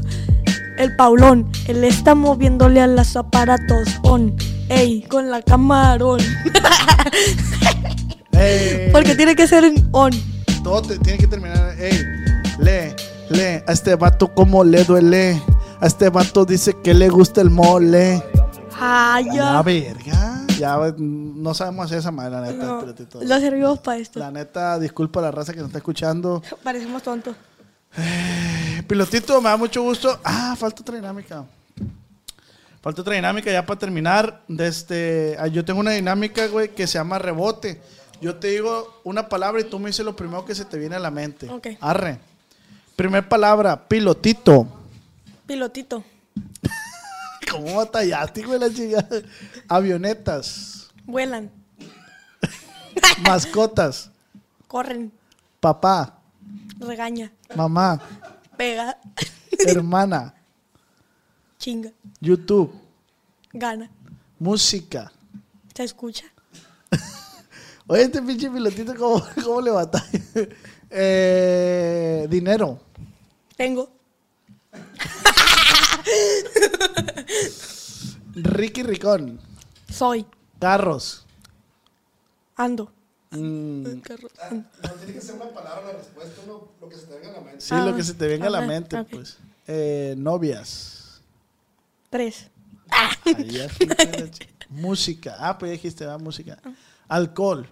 Speaker 5: El Paulón, él está moviéndole a los aparatos on. Ey, con la camarón.
Speaker 4: ey,
Speaker 5: Porque tiene que ser en on.
Speaker 4: todo te- tiene que terminar. Ey, le, le, a este vato como le duele. A este vato dice que le gusta el mole.
Speaker 5: Ay,
Speaker 4: Ya,
Speaker 5: ya.
Speaker 4: verga. Ya, mm, no sabemos hacer esa madre, la neta.
Speaker 5: No,
Speaker 4: espérate todo.
Speaker 5: no servimos para esto.
Speaker 4: La neta, disculpa a la raza que nos está escuchando.
Speaker 5: Parecemos tontos.
Speaker 4: Eh, Pilotito, me da mucho gusto. Ah, falta otra dinámica. Falta otra dinámica ya para terminar. De este, ah, yo tengo una dinámica, güey, que se llama rebote. Yo te digo una palabra y tú me dices lo primero que se te viene a la mente.
Speaker 5: Ok.
Speaker 4: Arre. Primer palabra, pilotito.
Speaker 5: Pilotito.
Speaker 4: ¿Cómo batallaste, güey, la chingada?
Speaker 5: *laughs*
Speaker 4: Avionetas.
Speaker 5: Vuelan.
Speaker 4: Mascotas.
Speaker 5: Corren.
Speaker 4: Papá.
Speaker 5: Regaña.
Speaker 4: Mamá.
Speaker 5: Pega.
Speaker 4: Hermana.
Speaker 5: Chinga.
Speaker 4: YouTube.
Speaker 5: Gana.
Speaker 4: Música.
Speaker 5: Se escucha.
Speaker 4: Oye, este pinche pilotito, ¿cómo, *laughs* cómo le batalla? Eh, dinero.
Speaker 5: Tengo.
Speaker 4: Ricky Ricón.
Speaker 5: Soy.
Speaker 4: Carros.
Speaker 5: Ando.
Speaker 4: Mm,
Speaker 5: Carro- ando.
Speaker 4: sí,
Speaker 5: Ah,
Speaker 4: lo que se te venga a la
Speaker 5: ok,
Speaker 4: mente,
Speaker 5: ok.
Speaker 4: pues. Eh, novias.
Speaker 5: Tres.
Speaker 4: Ahí
Speaker 5: *laughs*
Speaker 4: ya está, la chi- música. Ah, pues ya dijiste, va, música. Alcohol.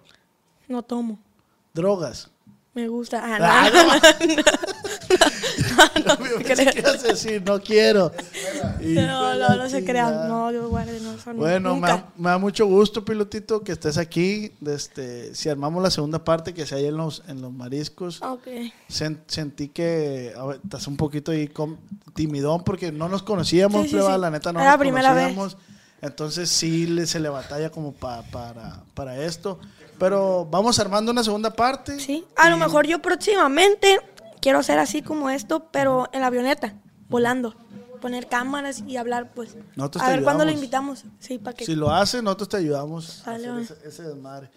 Speaker 5: No tomo. *laughs*
Speaker 4: Drogas.
Speaker 5: Me gusta.
Speaker 4: Ah,
Speaker 5: Ah, no.
Speaker 4: *laughs* Yo
Speaker 5: se
Speaker 4: pensé
Speaker 5: crea.
Speaker 4: que ibas a decir, no quiero. Y-
Speaker 5: No, no, no se
Speaker 4: chingada.
Speaker 5: crean. No, Dios guarde, no son.
Speaker 4: Bueno, me da,
Speaker 5: nunca.
Speaker 4: me da mucho gusto, pilotito, que estés aquí. De Este, si armamos la segunda parte, que sea ahí en los, en los mariscos.
Speaker 5: Ok.
Speaker 4: Sen- sentí que a ver, estás un poquito ahí com- timidón porque no nos conocíamos,
Speaker 5: Sí, sí,
Speaker 4: pleba,
Speaker 5: sí.
Speaker 4: la neta no
Speaker 5: Era
Speaker 4: nos
Speaker 5: la primera vez.
Speaker 4: conocíamos. Entonces sí le, se le batalla como pa- para, para esto. Pero vamos armando una segunda parte.
Speaker 5: Sí. A lo
Speaker 4: Y-
Speaker 5: mejor yo próximamente quiero hacer así como esto, pero en la avioneta, volando. Poner cámaras y hablar, pues.
Speaker 4: Nosotros
Speaker 5: a
Speaker 4: te
Speaker 5: ver cuándo lo
Speaker 4: ayudamos.
Speaker 5: invitamos. Sí, para que.
Speaker 4: Si lo hace, nosotros te ayudamos. a
Speaker 5: Sale,
Speaker 4: hacer
Speaker 5: va.
Speaker 4: ese, ese desmadre.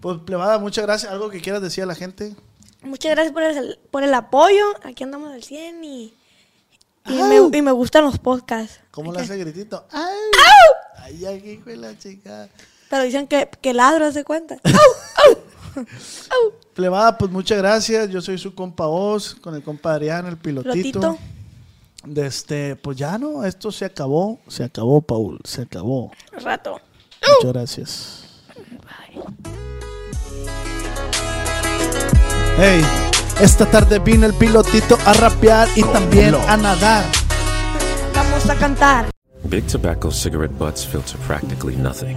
Speaker 4: Pues plebada, muchas gracias. ¿Algo que quieras decir a la gente?
Speaker 5: Muchas gracias por el, por el apoyo. Aquí andamos al 100 y. Y me, y me gustan los podcasts.
Speaker 4: ¿Cómo le
Speaker 5: Acá.
Speaker 4: hace el gritito? ¡Ay! ¡Ay, ay, hijo de la chica!
Speaker 5: Pero dicen que, que ladro,
Speaker 4: *laughs*
Speaker 5: ¿se cuenta?
Speaker 4: Plebada, pues muchas gracias. Yo soy su compa Oz, con el compa Adrián, el pilotito.
Speaker 5: Lotito.
Speaker 4: De este, pues ya no, esto se acabó. Se acabó, Paul, se acabó.
Speaker 5: Rato.
Speaker 4: Muchas gracias. Hey, esta tarde vino el pilotito a rapear y también a nadar.
Speaker 5: Vamos a cantar.
Speaker 3: Big tobacco cigarette butts filter practically nothing